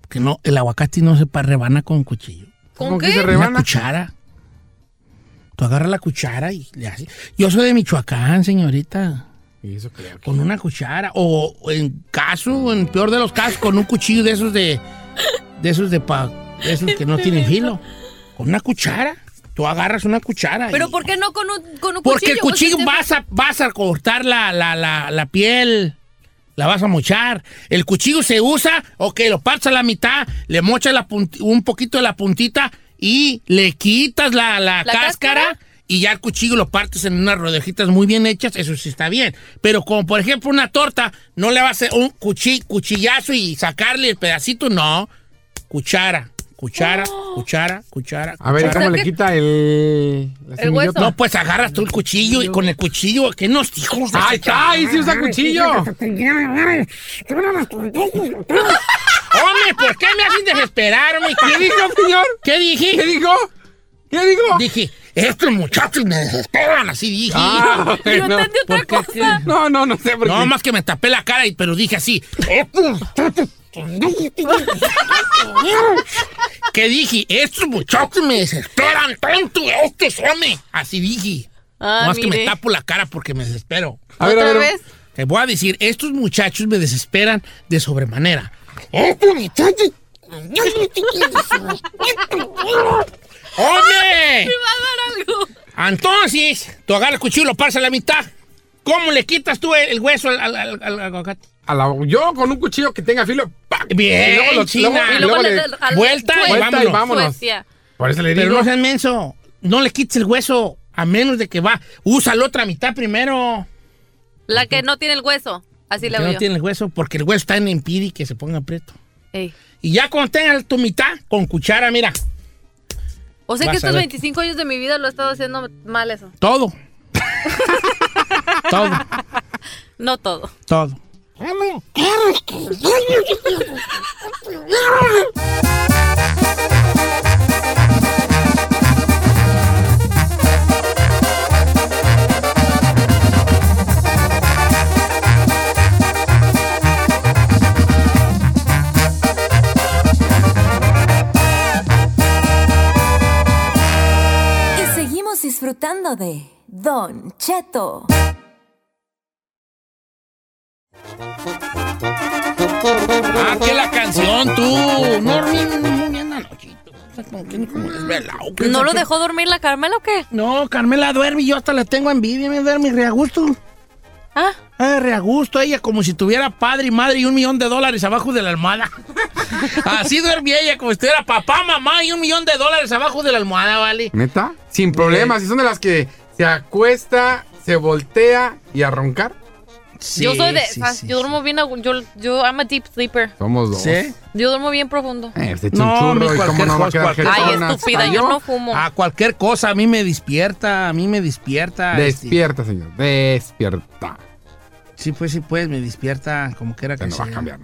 [SPEAKER 1] Porque no, el aguacate no se pa- rebana con cuchillo.
[SPEAKER 2] ¿Con
[SPEAKER 3] ¿Cómo que
[SPEAKER 2] qué?
[SPEAKER 3] se re-
[SPEAKER 1] Una
[SPEAKER 3] Rebana.
[SPEAKER 1] cuchara. Tú agarras la cuchara y le haces. Yo soy de Michoacán, señorita.
[SPEAKER 3] Y eso creo que-
[SPEAKER 1] Con una cuchara. O en caso, en peor de los casos, con un cuchillo de esos de. De esos de pa- de esos que no tienen filo. Con una cuchara. Tú agarras una cuchara.
[SPEAKER 2] ¿Pero
[SPEAKER 1] y-
[SPEAKER 2] por qué no con un, con un
[SPEAKER 1] Porque el
[SPEAKER 2] cuchillo
[SPEAKER 1] cuchillo vas a, vas a cortar la, la, la, la piel. La vas a mochar. El cuchillo se usa, ok, lo partes a la mitad, le mochas la punti- un poquito de la puntita y le quitas la, la
[SPEAKER 2] ¿La
[SPEAKER 1] cáscara,
[SPEAKER 2] cáscara?
[SPEAKER 1] y ya el cuchillo lo partes en unas rodejitas muy bien hechas, eso sí está bien. Pero como por ejemplo una torta, no le vas a hacer un cuchi- cuchillazo y sacarle el pedacito, no. Cuchara, cuchara, cuchara, cuchara.
[SPEAKER 3] A ver, ¿y
[SPEAKER 1] cuchara.
[SPEAKER 3] ¿cómo
[SPEAKER 2] O sea
[SPEAKER 3] le
[SPEAKER 2] que-
[SPEAKER 3] quita el. la
[SPEAKER 2] El
[SPEAKER 3] semillota?
[SPEAKER 2] hueso.
[SPEAKER 1] No, pues agarras tú el cuchillo y con el cuchillo, ¿qué nos dijo?
[SPEAKER 3] ¡Ay, ay! ¡Sí usa cuchillo!
[SPEAKER 1] <laughs> Hombre, ¿por qué me hacen desesperarme?
[SPEAKER 3] ¿Qué
[SPEAKER 1] ¿Qué,
[SPEAKER 3] dijo, señor?
[SPEAKER 1] qué
[SPEAKER 3] ¿Qué
[SPEAKER 1] dije?
[SPEAKER 3] dijo? ¿Qué dijo?
[SPEAKER 1] Dije, estos muchachos me desesperan, así dije.
[SPEAKER 3] Ah,
[SPEAKER 2] Yo
[SPEAKER 3] <laughs> bueno.
[SPEAKER 2] entendí otra
[SPEAKER 1] ¿Por qué?
[SPEAKER 2] cosa.
[SPEAKER 3] No, no, no sé por qué.
[SPEAKER 1] No, más que me tapé la cara, y, pero dije así. "Estos muchachos- este ¿Qué dije? Estos muchachos me desesperan tanto, estos hombres. Así dije.
[SPEAKER 2] Ah,
[SPEAKER 1] más que me
[SPEAKER 2] mire.
[SPEAKER 1] tapo la cara porque me desespero.
[SPEAKER 3] A ver, a
[SPEAKER 2] ¿Otra
[SPEAKER 3] ver.
[SPEAKER 2] vez?
[SPEAKER 1] Te voy a decir, estos muchachos me desesperan de sobremanera. Estos muchachos. ¡Hombre!
[SPEAKER 2] Va a dar algo.
[SPEAKER 1] Entonces, tú agarras el cuchillo y lo paras a la mitad. ¿Cómo le quitas tú el, el hueso al, al- al- al aguacate?
[SPEAKER 3] A la- yo con un cuchillo que tenga filo. ¡pac!
[SPEAKER 1] Bien,
[SPEAKER 3] Y luego lo-
[SPEAKER 1] China.
[SPEAKER 3] luego-
[SPEAKER 1] Y
[SPEAKER 2] luego
[SPEAKER 3] Ah, luego
[SPEAKER 2] le
[SPEAKER 3] le-
[SPEAKER 2] das al-
[SPEAKER 1] Vuelta y
[SPEAKER 2] Vuelta
[SPEAKER 1] vámonos.
[SPEAKER 3] y vámonos.
[SPEAKER 2] Suecia.
[SPEAKER 3] Por eso le
[SPEAKER 1] Pero
[SPEAKER 3] digo.
[SPEAKER 1] no seas menso. No le quites el hueso a menos de que va. Usa la otra mitad primero.
[SPEAKER 2] La que no tiene el hueso. Así la
[SPEAKER 1] que
[SPEAKER 2] veo
[SPEAKER 1] no
[SPEAKER 2] yo.
[SPEAKER 1] tiene el hueso, porque el hueso está en impide que se ponga preto.
[SPEAKER 2] Ey.
[SPEAKER 1] Y ya cuando tengas tu mitad, con cuchara, mira,
[SPEAKER 2] O sea
[SPEAKER 1] Vas
[SPEAKER 2] que
[SPEAKER 1] a
[SPEAKER 2] estos
[SPEAKER 1] ver.
[SPEAKER 2] 25 años de mi vida lo he estado haciendo mal eso.
[SPEAKER 1] todo. <laughs> todo,
[SPEAKER 2] No todo.
[SPEAKER 1] todo.
[SPEAKER 5] Y seguimos disfrutando de Don Cheto.
[SPEAKER 1] Ah, que la canción, tú. No dormí muy bien anochito. O sea, como que como desvelado, que
[SPEAKER 2] ¿No
[SPEAKER 1] sé
[SPEAKER 2] lo
[SPEAKER 1] qué.
[SPEAKER 2] dejó dormir la Carmela o qué?
[SPEAKER 1] No, Carmela duerme y yo hasta la tengo envidia, me duerme re a gusto.
[SPEAKER 2] Ah,
[SPEAKER 1] Ah, re a gusto ella, como si tuviera padre y madre y un millón de dólares abajo de la almohada. <laughs> Así duerme ella, como si tuviera papá, mamá y un millón de dólares abajo de la almohada, ¿vale?
[SPEAKER 3] ¿Neta? Sin problemas. Y son de las que se acuesta, se voltea y a roncar.
[SPEAKER 2] yo soy de.
[SPEAKER 1] sí,
[SPEAKER 2] esas.
[SPEAKER 1] sí,
[SPEAKER 2] yo duermo bien. a- Yo, yo, I'm a deep sleeper.
[SPEAKER 3] Somos dos.
[SPEAKER 1] sí. ¿Sí?
[SPEAKER 2] Yo duermo bien profundo.
[SPEAKER 3] Eh, se echa
[SPEAKER 1] No,
[SPEAKER 3] un
[SPEAKER 1] mi
[SPEAKER 3] churro y cómo
[SPEAKER 1] cualquier
[SPEAKER 3] no va
[SPEAKER 1] cosa,
[SPEAKER 3] a quedar
[SPEAKER 1] cualquier
[SPEAKER 2] Ay,
[SPEAKER 3] jetona.
[SPEAKER 2] estúpida,
[SPEAKER 3] Hasta
[SPEAKER 2] yo no fumo.
[SPEAKER 1] A cualquier cosa, a mí me despierta, a mí me despierta. este.
[SPEAKER 3] Despierta, señor. Despierta.
[SPEAKER 1] Sí, pues sí, pues, me despierta como quiera
[SPEAKER 3] Que
[SPEAKER 1] que
[SPEAKER 3] no va a
[SPEAKER 1] sea.
[SPEAKER 3] cambiar.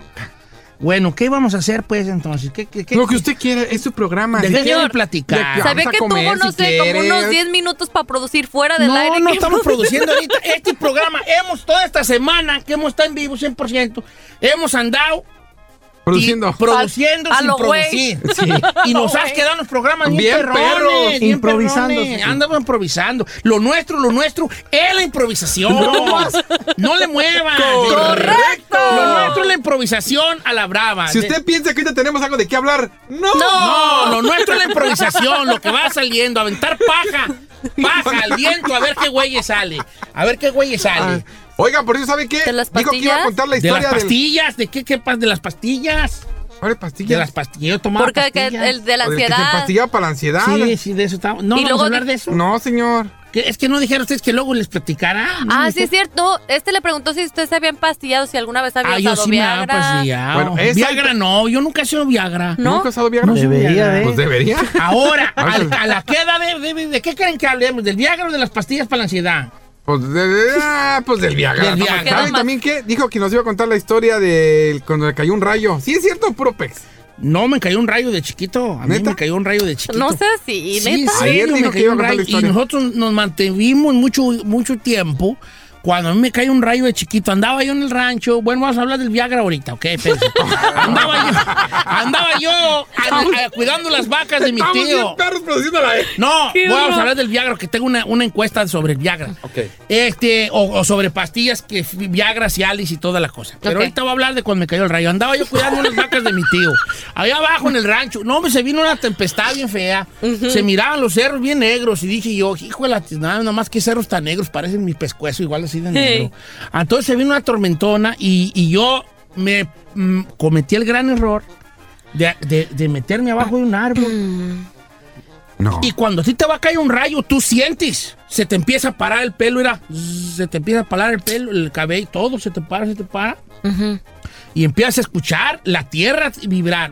[SPEAKER 1] Bueno, ¿qué vamos a hacer, pues, entonces? ¿Qué, qué, qué?
[SPEAKER 3] Lo que usted quiere es su programa.
[SPEAKER 1] ¿De
[SPEAKER 3] si
[SPEAKER 1] qué
[SPEAKER 3] quiere-
[SPEAKER 1] quiere platicar?
[SPEAKER 3] Le-
[SPEAKER 2] Se ve
[SPEAKER 3] vamos a
[SPEAKER 2] que tuvo,
[SPEAKER 3] comer
[SPEAKER 2] no
[SPEAKER 3] si
[SPEAKER 2] sé, como
[SPEAKER 3] quieres.
[SPEAKER 2] unos 10 minutos para producir fuera del
[SPEAKER 1] no,
[SPEAKER 2] aire.
[SPEAKER 1] No, estamos <laughs> produciendo ahorita. Este programa, hemos, toda esta semana que hemos estado en vivo 100%, hemos andado
[SPEAKER 3] Produciendo.
[SPEAKER 1] y produciendo
[SPEAKER 2] A- a
[SPEAKER 1] sin
[SPEAKER 2] lo güey.
[SPEAKER 1] producir.
[SPEAKER 2] <laughs>
[SPEAKER 1] Y nos has quedado en los programas bien,
[SPEAKER 3] Bien
[SPEAKER 1] perrones,
[SPEAKER 3] perros,
[SPEAKER 1] bien
[SPEAKER 6] improvisando,
[SPEAKER 1] perrones.
[SPEAKER 6] sí.
[SPEAKER 1] Andamos improvisando. Lo nuestro, lo nuestro es la improvisación. no le muevan.
[SPEAKER 3] ¡Correcto!
[SPEAKER 1] Lo nuestro es la improvisación a la brava.
[SPEAKER 3] Si usted piensa que ahorita tenemos algo de qué hablar, no.
[SPEAKER 1] No, lo nuestro es la improvisación, lo que va saliendo, aventar paja, paja al viento, a ver qué güey sale, a ver qué güey sale.
[SPEAKER 3] Ah. Oiga, por eso, ¿sabe qué?
[SPEAKER 2] ¿De las
[SPEAKER 3] Dijo que iba a
[SPEAKER 2] pastillas?
[SPEAKER 3] contar la
[SPEAKER 1] de las
[SPEAKER 3] historia del...
[SPEAKER 1] pastillas, ¿de qué, qué pasa? De las pastillas,
[SPEAKER 3] Ahora,
[SPEAKER 1] de
[SPEAKER 3] pastillas.
[SPEAKER 1] las pastillas, yo tomaba
[SPEAKER 2] Porque que
[SPEAKER 1] pastillas.
[SPEAKER 2] el de la
[SPEAKER 3] O del que se
[SPEAKER 2] ansiedad.
[SPEAKER 3] pastilla para la ansiedad.
[SPEAKER 1] Sí, sí, de eso estamos. No,
[SPEAKER 2] Y
[SPEAKER 1] vamos
[SPEAKER 2] luego
[SPEAKER 1] a hablar
[SPEAKER 2] di-
[SPEAKER 1] de eso.
[SPEAKER 3] No, señor.
[SPEAKER 1] Que- Es que no dijeron ustedes que luego les platicara. ¿no?
[SPEAKER 2] Ah, sí, es cierto. Este le preguntó si usted se había empastillado, si alguna vez había
[SPEAKER 1] Ah, yo
[SPEAKER 2] usado
[SPEAKER 1] sí me
[SPEAKER 2] Viagra.
[SPEAKER 1] han pasillado.
[SPEAKER 3] Bueno, esa-
[SPEAKER 1] Viagra no, yo nunca he sido
[SPEAKER 2] <laughs>
[SPEAKER 1] Viagra.
[SPEAKER 2] ¿No?
[SPEAKER 3] ¿Nunca has usado Viagra?
[SPEAKER 1] No sé.
[SPEAKER 6] Debería ¿eh?
[SPEAKER 1] Pues
[SPEAKER 6] de.
[SPEAKER 3] Pues debería.
[SPEAKER 1] Ahora,
[SPEAKER 3] Ah,
[SPEAKER 1] a,
[SPEAKER 3] sí.
[SPEAKER 1] a la queda de, de, de- ¿de qué creen que hablemos? ¿Del Viagra o de las pastillas para la ansiedad?
[SPEAKER 3] Pues, de- de- ah, pues del Viagra.
[SPEAKER 1] Del
[SPEAKER 3] No,
[SPEAKER 1] Viagra.
[SPEAKER 3] ¿Sabe
[SPEAKER 2] Queda
[SPEAKER 3] también qué? Dijo que nos iba a contar la historia de cuando le cayó un rayo. Sí, es cierto, puro pex.
[SPEAKER 1] No, me cayó un rayo de chiquito. A mí
[SPEAKER 3] ¿Neta?
[SPEAKER 1] me cayó un rayo de chiquito.
[SPEAKER 2] No sé si,
[SPEAKER 1] Sí,
[SPEAKER 2] neta.
[SPEAKER 1] sí,
[SPEAKER 3] Ayer
[SPEAKER 1] me
[SPEAKER 3] dijo que
[SPEAKER 1] cayó
[SPEAKER 3] iba a
[SPEAKER 1] un
[SPEAKER 3] contar
[SPEAKER 1] rayo.
[SPEAKER 3] la
[SPEAKER 1] Y
[SPEAKER 3] historia.
[SPEAKER 1] nosotros nos mantuvimos mucho, mucho tiempo. Cuando a mí me cae un rayo de chiquito, andaba yo en el rancho. Bueno, vamos a hablar del Viagra ahorita, ¿ok?
[SPEAKER 3] <laughs>
[SPEAKER 1] Espérense. andaba yo, andaba yo a- a- cuidando las vacas de mi
[SPEAKER 3] Estamos bien
[SPEAKER 1] tío.
[SPEAKER 3] perros produciendo la... E.
[SPEAKER 1] No,
[SPEAKER 2] Qué
[SPEAKER 1] vamos
[SPEAKER 2] horror.
[SPEAKER 1] a hablar del Viagra, que tengo una, una encuesta sobre el Viagra. Este, o, o sobre pastillas, que f- Viagra, Cialis y toda la cosa. Pero
[SPEAKER 2] Ok.
[SPEAKER 1] ahorita voy a hablar de cuando me cayó el rayo. Andaba yo cuidando unas vacas de mi tío. Allá abajo en el rancho. No, pues se vino una tempestad bien fea. Se miraban los cerros bien negros. Y dije yo, hijo de la tis- nada nada más que cerros tan negros, parecen mi pescuezo igual así de negro. Entonces se vino una tormentona y, y yo me mm, cometí el gran error de, de- de meterme abajo de un árbol.
[SPEAKER 3] No.
[SPEAKER 1] Y cuando a ti te va a caer un rayo, tú sientes. Se te empieza a parar el pelo, mira. zzz, Se te empieza a parar el pelo, el cabello, todo se te para, se te para. Y empiezas a escuchar la tierra vibrar.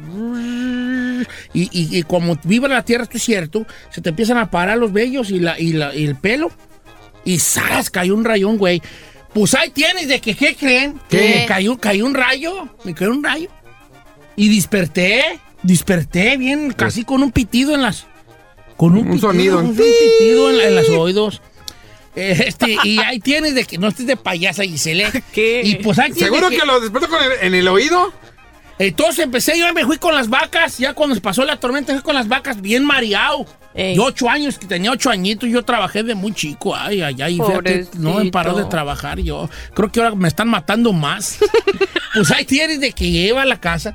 [SPEAKER 1] Y, y- y como vibra la tierra, esto es cierto, se te empiezan a parar los vellos y, la, y, la- y el pelo. Y ¡zas! Cayó un rayón, güey. Pues ahí tienes de que, ¿qué creen?
[SPEAKER 2] ¿Qué?
[SPEAKER 1] Que me cayó, cayó un rayo. Me cayó un rayo. Y desperté. Desperté bien, casi con un pitido en las... Con un,
[SPEAKER 3] Pues, Un
[SPEAKER 1] pitido,
[SPEAKER 3] sonido.
[SPEAKER 1] Un pitido en, la- en las oídos. Eh, Este, y ahí tienes de que no estés de payasa,
[SPEAKER 3] <laughs>
[SPEAKER 1] Gisele.
[SPEAKER 2] ¿Qué?
[SPEAKER 1] Y pues ahí tienes
[SPEAKER 3] ¿Seguro
[SPEAKER 1] de
[SPEAKER 3] que lo despertó con el- en el oído?
[SPEAKER 1] entonces empecé, yo me fui con las vacas, ya cuando se pasó la tormenta, fui con las vacas bien mareado.
[SPEAKER 2] Ey.
[SPEAKER 1] Yo ocho años, que tenía ocho añitos, yo trabajé de muy chico, ay, ay, ay, fíjate, no me paró de
[SPEAKER 2] Pobrecito.
[SPEAKER 1] trabajar, yo creo que ahora me están matando más.
[SPEAKER 2] <laughs>
[SPEAKER 1] pues ahí tienes de que lleva a la casa.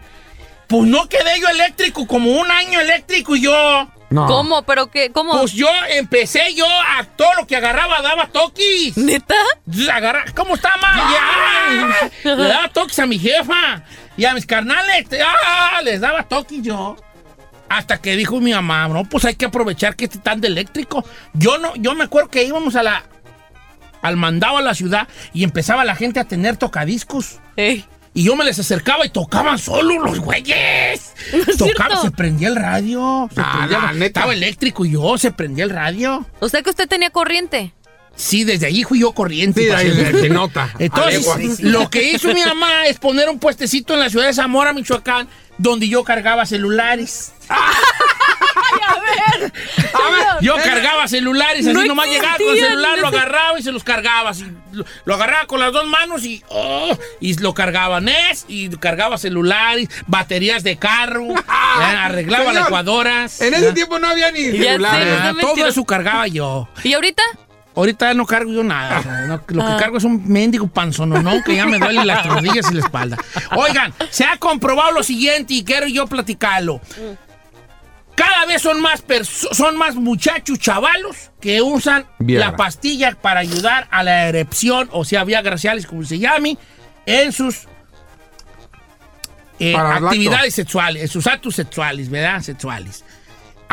[SPEAKER 1] Pues no quedé yo eléctrico, como un año eléctrico yo.
[SPEAKER 3] No.
[SPEAKER 2] ¿Cómo? ¿Pero qué? ¿Cómo?
[SPEAKER 1] Pues yo empecé yo a todo lo que agarraba daba toquis.
[SPEAKER 2] ¿Neta?
[SPEAKER 1] Agarra, ¿Cómo está, ma? Ya. Le daba toques a mi jefa y a mis carnales. ¡Ah! Les daba toques yo. Hasta que dijo mi mamá, no, pues hay que aprovechar que este tan de eléctrico. Yo no, yo me acuerdo que íbamos a la al mandado a la ciudad y empezaba la gente a tener tocadiscos.
[SPEAKER 2] Ey.
[SPEAKER 1] Y yo me les acercaba y tocaban solo los güeyes.
[SPEAKER 2] <laughs> No es
[SPEAKER 1] Tocaban,
[SPEAKER 2] cierto.
[SPEAKER 1] se prendía el radio. se
[SPEAKER 3] Ah,
[SPEAKER 1] prendía
[SPEAKER 3] la
[SPEAKER 1] el-
[SPEAKER 3] neta.
[SPEAKER 1] Estaba eléctrico y yo, se prendía el radio.
[SPEAKER 2] O sea que usted tenía corriente.
[SPEAKER 1] Sí, desde allí fui yo corriente.
[SPEAKER 3] Sí,
[SPEAKER 1] para
[SPEAKER 3] ahí
[SPEAKER 1] hacer-
[SPEAKER 3] se- se nota,
[SPEAKER 1] <laughs> Entonces,
[SPEAKER 3] a legua.
[SPEAKER 1] lo que hizo mi mamá es poner un puestecito en la ciudad de Zamora, Michoacán, donde yo cargaba celulares. <laughs> Ah, Yo cargaba celulares, así
[SPEAKER 2] No
[SPEAKER 1] nomás llegaba con el
[SPEAKER 2] existían.
[SPEAKER 1] celular, lo agarraba y se los cargaba. así. Lo, lo agarraba con las dos manos y, oh, y lo cargaba NES y cargaba celulares, baterías de carro, eh, arreglaba
[SPEAKER 3] Señor,
[SPEAKER 1] las ecuadoras.
[SPEAKER 3] En ese
[SPEAKER 1] eh,
[SPEAKER 3] tiempo no había ni
[SPEAKER 2] Ya
[SPEAKER 3] celulares.
[SPEAKER 2] sé.
[SPEAKER 6] Ah,
[SPEAKER 1] eh,
[SPEAKER 2] no
[SPEAKER 1] todo
[SPEAKER 2] mentiras.
[SPEAKER 1] eso cargaba yo.
[SPEAKER 2] ¿Y ahorita?
[SPEAKER 1] Ahorita no cargo yo nada. o sea, no- lo que cargo es un mendigo panzononón que ya me duele las rodillas y la espalda. Oigan, se ha comprobado lo siguiente y quiero yo platicarlo. Cada vez son más perso- son más muchachos chavalos que usan
[SPEAKER 3] Viagra.
[SPEAKER 1] la pastilla para ayudar a la erupción, o sea, vía graciales como se llame, en sus eh,
[SPEAKER 3] Para el
[SPEAKER 1] actividades sexuales, en sus actos sexuales, ¿verdad? Sexuales.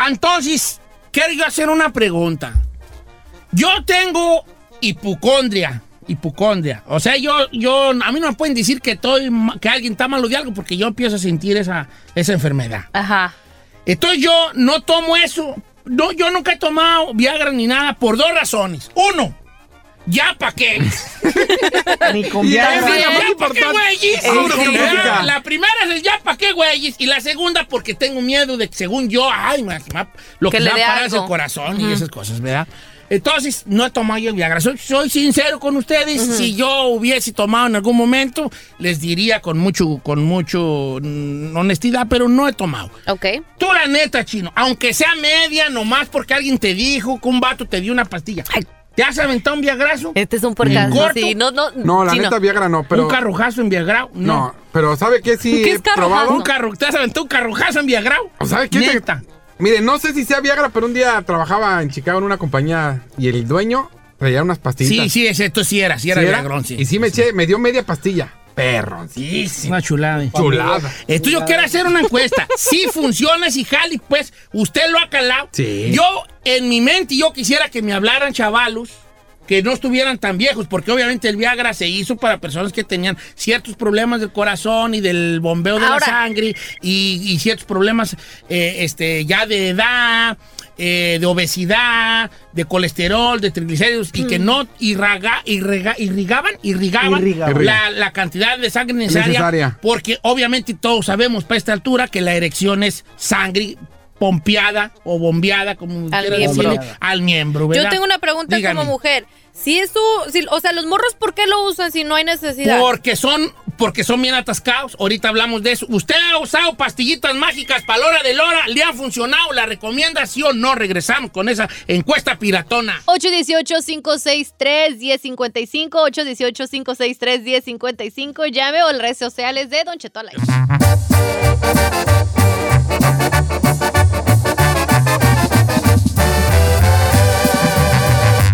[SPEAKER 1] Entonces, quiero yo hacer una pregunta. Yo tengo hipocondria, hipocondria. O sea, yo, yo, a mí no me pueden decir que, estoy, ma- que alguien está malo de algo porque yo empiezo a sentir esa, esa enfermedad.
[SPEAKER 2] Ajá.
[SPEAKER 1] Entonces yo no tomo eso. No, yo nunca he tomado Viagra ni nada por dos razones. Uno, ya pa' qué.
[SPEAKER 6] Ni con
[SPEAKER 3] Y
[SPEAKER 6] Viagra.
[SPEAKER 3] esa es la más
[SPEAKER 1] ya pa' qué,
[SPEAKER 3] importante.
[SPEAKER 1] güeyes.
[SPEAKER 3] Ey,
[SPEAKER 1] Porque
[SPEAKER 3] sí.
[SPEAKER 1] La, la primera es ya pa' qué, güeyes. Y la segunda, porque tengo miedo de que según yo, ay, me- me- lo que,
[SPEAKER 2] Que
[SPEAKER 1] me va
[SPEAKER 2] le
[SPEAKER 1] a
[SPEAKER 2] dé
[SPEAKER 1] parar es
[SPEAKER 2] algo.
[SPEAKER 1] el corazón y esas cosas, ¿verdad? Entonces, no he tomado yo Viagra. Soy, soy sincero con ustedes. Si yo hubiese tomado en algún momento, les diría con mucho, con mucho mm, honestidad, pero no he tomado.
[SPEAKER 2] Ok.
[SPEAKER 1] Tú la neta, chino, aunque sea media, nomás porque alguien te dijo que un vato te dio una pastilla. ¿Te has aventado un viagrazo?
[SPEAKER 2] Este es un porcazo.
[SPEAKER 1] corto?
[SPEAKER 2] Sí, no, no.
[SPEAKER 3] No, la
[SPEAKER 2] sí,
[SPEAKER 3] neta Viagra no, pero.
[SPEAKER 1] ¿Un carrujazo en viagrao?
[SPEAKER 3] No,
[SPEAKER 1] No.
[SPEAKER 3] pero ¿sabe qué sí
[SPEAKER 2] ¿Qué
[SPEAKER 3] he
[SPEAKER 2] es carro
[SPEAKER 1] ¿Un
[SPEAKER 3] probado?
[SPEAKER 2] jazo?
[SPEAKER 1] carru ¿Te has aventado un carrujazo en viagrao?
[SPEAKER 3] O ¿Sabe Pues, qué? Te-
[SPEAKER 1] Neta.
[SPEAKER 3] Mire, no sé si sea Viagra, pero un día trabajaba en Chicago en una compañía y el dueño traía unas pastillitas.
[SPEAKER 1] Sí, sí, ese, esto sí era, sí era
[SPEAKER 3] ¿Sí era?
[SPEAKER 1] viagrón, sí.
[SPEAKER 3] Y sí me eché, me dio media pastilla. Perroncísima.
[SPEAKER 1] Una chulada. eh.
[SPEAKER 3] Chulada.
[SPEAKER 1] Entonces yo quiero hacer una encuesta. Si funciona, si jali, pues usted lo ha calado.
[SPEAKER 3] Sí.
[SPEAKER 1] Yo, en mi mente, yo quisiera que me hablaran chavalos que no estuvieran tan viejos, porque obviamente el Viagra se hizo para personas que tenían ciertos problemas del corazón y del bombeo de la
[SPEAKER 2] Ahora.
[SPEAKER 1] sangre y, y ciertos problemas eh, este, ya de edad, eh, de obesidad, de colesterol, de triglicéridos, y que no irraga, irrega- irrigaban, irrigaban,
[SPEAKER 6] Irrigaban.
[SPEAKER 1] La, la cantidad de sangre necesaria,
[SPEAKER 3] Necesaria.
[SPEAKER 1] porque obviamente todos sabemos para esta altura que la erección es sangre pompeada o bombeada, como
[SPEAKER 2] Al
[SPEAKER 1] quieran
[SPEAKER 2] miembro.
[SPEAKER 1] decirle, al miembro,
[SPEAKER 2] Yo
[SPEAKER 1] ¿verdad?
[SPEAKER 2] tengo una pregunta
[SPEAKER 1] Dígame.
[SPEAKER 2] como mujer. Si eso, si- o sea, los morros, ¿por qué lo usan si no hay necesidad?
[SPEAKER 1] Porque son, porque son bien atascados. Ahorita hablamos de eso. ¿Usted ha usado pastillitas mágicas para la hora de Lora? ¿Le han funcionado? ¿La recomendación? No, regresamos con esa encuesta piratona.
[SPEAKER 2] 818-563-1055, 818-563-1055, llame o las redes sociales de Don Cheto al aire.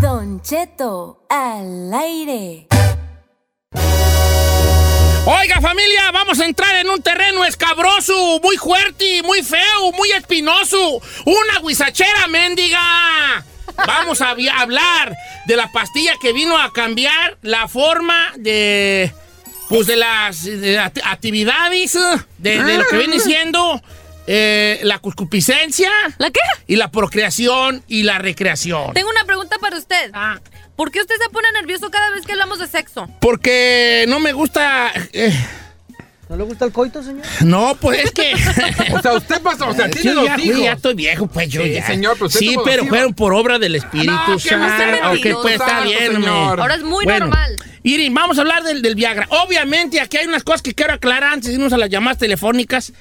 [SPEAKER 5] Don Cheto al aire.
[SPEAKER 1] Oiga, familia, vamos a entrar en un terreno escabroso, muy fuerte, muy feo, muy espinoso. Una guisachera mendiga. Vamos a vi- hablar de la pastilla que vino a cambiar la forma de. Pues de las de act- actividades, eh, de, de lo que
[SPEAKER 6] Ah.
[SPEAKER 1] viene siendo eh, la concupiscencia
[SPEAKER 2] ¿La qué?
[SPEAKER 1] y la procreación y la recreación.
[SPEAKER 2] Tengo una pregunta para usted.
[SPEAKER 1] Ah.
[SPEAKER 2] ¿Por qué usted se pone nervioso cada vez que hablamos de sexo?
[SPEAKER 1] Porque no me gusta. eh,
[SPEAKER 6] ¿No le gusta el coito, señor?
[SPEAKER 1] no, pues es que.
[SPEAKER 6] <laughs>
[SPEAKER 3] O sea, usted pasó, o sea,
[SPEAKER 1] Sí,
[SPEAKER 3] tiene
[SPEAKER 1] Eh, ya,
[SPEAKER 3] dos
[SPEAKER 1] fui, ya
[SPEAKER 3] hijos.
[SPEAKER 1] estoy viejo, pues yo
[SPEAKER 3] Sí,
[SPEAKER 1] ya.
[SPEAKER 3] señor, pero usted
[SPEAKER 1] sí,
[SPEAKER 3] tuvo
[SPEAKER 1] pero
[SPEAKER 3] dos
[SPEAKER 1] fueron por obra del Espíritu
[SPEAKER 3] Ah, no, que no esté
[SPEAKER 1] Santo. Ok,
[SPEAKER 2] mentiroso,
[SPEAKER 1] pues está bien, hombre.
[SPEAKER 3] señor.
[SPEAKER 2] Ahora es muy
[SPEAKER 1] Bueno,
[SPEAKER 2] normal.
[SPEAKER 1] Irin, vamos a hablar del, del Viagra. Obviamente, aquí hay unas cosas que quiero aclarar antes de irnos a las llamadas telefónicas.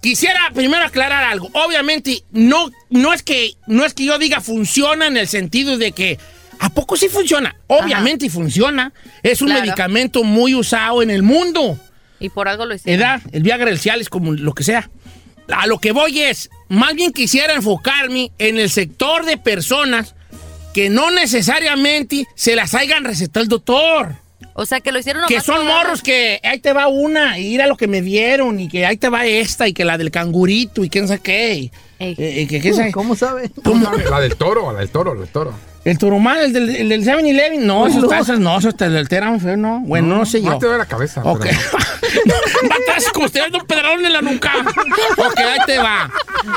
[SPEAKER 1] Quisiera primero aclarar algo. Obviamente, no, no, es que, no es que yo diga funciona en el sentido de que. ¿A poco sí funciona? Obviamente funciona. Es un
[SPEAKER 2] Claro.
[SPEAKER 1] medicamento muy usado en el mundo
[SPEAKER 2] Y por algo lo hicieron.
[SPEAKER 1] edad, el Viagra, el Cialis, como lo que sea. A lo que voy es, más bien quisiera enfocarme en el sector de personas que no necesariamente se las hayan recetado el doctor.
[SPEAKER 2] O sea, que lo hicieron
[SPEAKER 1] Que
[SPEAKER 2] nomás
[SPEAKER 1] son
[SPEAKER 2] por-
[SPEAKER 1] morros que ahí te va una, y mira lo que me dieron, y que ahí te va esta, y que la del cangurito, y quién sabe qué. y-
[SPEAKER 2] Ey.
[SPEAKER 1] eh, eh, que quién sabe-
[SPEAKER 6] ¿Cómo sabe?
[SPEAKER 3] ¿Cómo sabe? La del toro, la del toro, la del toro.
[SPEAKER 1] El turumán, el del, el del 7-Eleven, no, eso está, eso no, eso está del Terán feo, no. Bueno, no, sé yo.
[SPEAKER 3] No te duele la cabeza.
[SPEAKER 1] Ok. <laughs>
[SPEAKER 3] pero-
[SPEAKER 1] Matas costeando un pedralón en la nuca. Ok, ahí te va.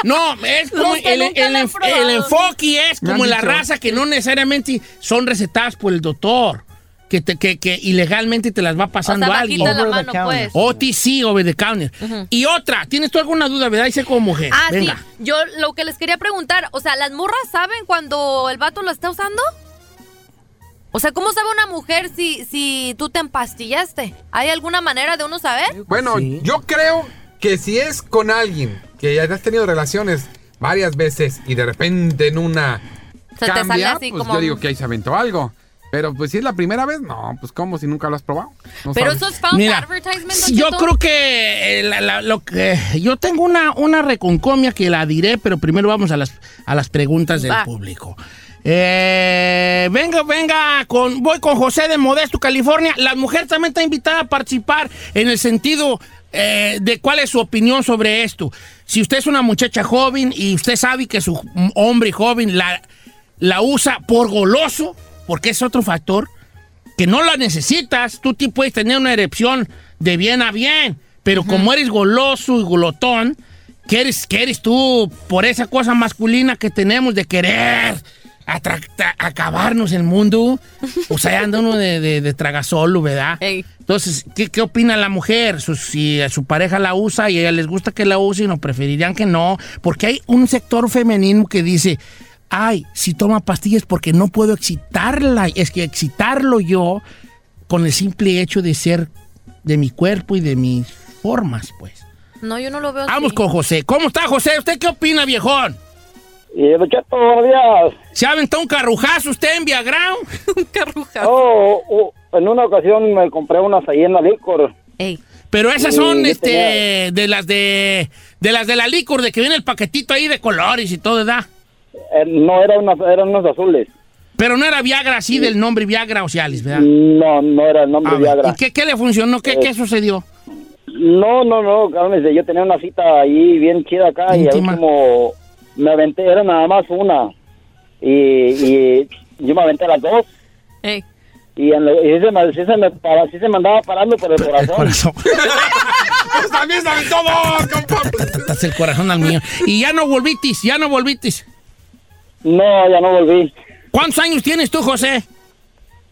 [SPEAKER 1] No, es como
[SPEAKER 2] Los que
[SPEAKER 1] el,
[SPEAKER 2] nunca
[SPEAKER 1] el
[SPEAKER 2] la han
[SPEAKER 1] enf-
[SPEAKER 2] probado.
[SPEAKER 1] el enfoque es
[SPEAKER 3] Me han
[SPEAKER 1] como la
[SPEAKER 3] dicho.
[SPEAKER 1] raza que no necesariamente son recetadas por el doctor, que, te- que, que ilegalmente te las va
[SPEAKER 2] O
[SPEAKER 1] pasando
[SPEAKER 2] sea,
[SPEAKER 1] alguien.
[SPEAKER 2] bajita la
[SPEAKER 6] Over the
[SPEAKER 2] mano,
[SPEAKER 6] counter.
[SPEAKER 2] pues.
[SPEAKER 1] OTC, over the counter. Y otra, ¿tienes tú alguna duda, verdad? Dice como mujer.
[SPEAKER 2] Ah,
[SPEAKER 1] Venga.
[SPEAKER 2] sí. Yo lo que les quería preguntar, o sea, ¿las morras saben cuando el vato lo está usando? O sea, ¿cómo sabe una mujer si, si tú te empastillaste? ¿Hay alguna manera de uno saber?
[SPEAKER 3] Bueno,
[SPEAKER 6] Sí.
[SPEAKER 3] yo creo que si es con alguien que ya has tenido relaciones varias veces y de repente en una
[SPEAKER 2] Se te sale
[SPEAKER 3] cambia,
[SPEAKER 2] así
[SPEAKER 3] pues
[SPEAKER 2] como-
[SPEAKER 3] yo digo que ahí se aventó algo. Pero pues si es la primera vez, no, pues ¿cómo si nunca lo has probado? No
[SPEAKER 2] Pero
[SPEAKER 3] sabes.
[SPEAKER 2] eso es false
[SPEAKER 1] Mira,
[SPEAKER 2] advertisement.
[SPEAKER 1] sí,
[SPEAKER 2] don
[SPEAKER 1] yo
[SPEAKER 2] Cheto.
[SPEAKER 1] creo que eh, la- la- lo que yo tengo una, una reconcomia que la diré, pero primero vamos a las, a las preguntas del
[SPEAKER 2] Va.
[SPEAKER 1] público. Eh, venga, venga, con, voy con José de Modesto, California. La mujer también está invitada a participar en el sentido eh, de cuál es su opinión sobre esto. Si usted es una muchacha joven y usted sabe que su mm, hombre joven la, la usa por goloso, porque es otro factor, que no la necesitas, tú te puedes tener una erección de bien a bien, pero como eres goloso y golotón, que eres, que eres tú por esa cosa masculina que tenemos de querer atra- tra- acabarnos el mundo, o sea, anda uno de, de, de tragasolo, ¿verdad?
[SPEAKER 2] Ey.
[SPEAKER 1] Entonces, ¿qué, qué opina la mujer? Su- si a su pareja la usa y a ella les gusta que la use y no preferirían que no, porque hay un sector femenino que dice, ay, si toma pastillas porque no puedo excitarla, es que excitarlo yo con el simple hecho de ser de mi cuerpo y de mis formas, pues.
[SPEAKER 2] No, yo no lo veo
[SPEAKER 1] Vamos
[SPEAKER 2] así. <laughs>
[SPEAKER 1] con José. ¿Cómo está José? ¿Usted qué opina, viejón?
[SPEAKER 7] Y Don Cheto, buenos días.
[SPEAKER 1] ¿Se ha aventado un carrujazo usted en Viagrán?
[SPEAKER 2] Un carruja.
[SPEAKER 7] Oh, oh, en una ocasión me compré unas ahí en la licor.
[SPEAKER 2] Ey.
[SPEAKER 1] Pero esas son
[SPEAKER 7] Sí,
[SPEAKER 1] este, de las de, de las de la licor, de que viene el paquetito ahí de colores y todo, ¿verdad?
[SPEAKER 7] Eh, no, eran unas, eran unas azules.
[SPEAKER 1] Pero no era Viagra así del nombre Viagra Cialis, ¿verdad?
[SPEAKER 7] No, no era el
[SPEAKER 1] A
[SPEAKER 7] nombre
[SPEAKER 1] ver, Ah,
[SPEAKER 7] Viagra. Eh.
[SPEAKER 1] ¿Y qué, qué le funcionó? ¿Qué, qué sucedió?
[SPEAKER 7] No, no, no, cálmese. Yo tenía una cita ahí bien chida acá y
[SPEAKER 1] Íntima.
[SPEAKER 7] ahí como me aventé, era nada más una. Y, y yo me aventé las dos.
[SPEAKER 2] Ey.
[SPEAKER 7] Y, en lo- y sí se, me, sí se me para- sí se me andaba
[SPEAKER 1] <laughs>
[SPEAKER 7] parando por el
[SPEAKER 1] El
[SPEAKER 7] corazón.
[SPEAKER 1] corazón.
[SPEAKER 3] Pues también se aventó vos, compa. Pues,
[SPEAKER 1] Es el corazón al mío. Y ya no volvitis, ya no volvitis.
[SPEAKER 7] No, ya no volví.
[SPEAKER 1] ¿Cuántos años tienes tú, José?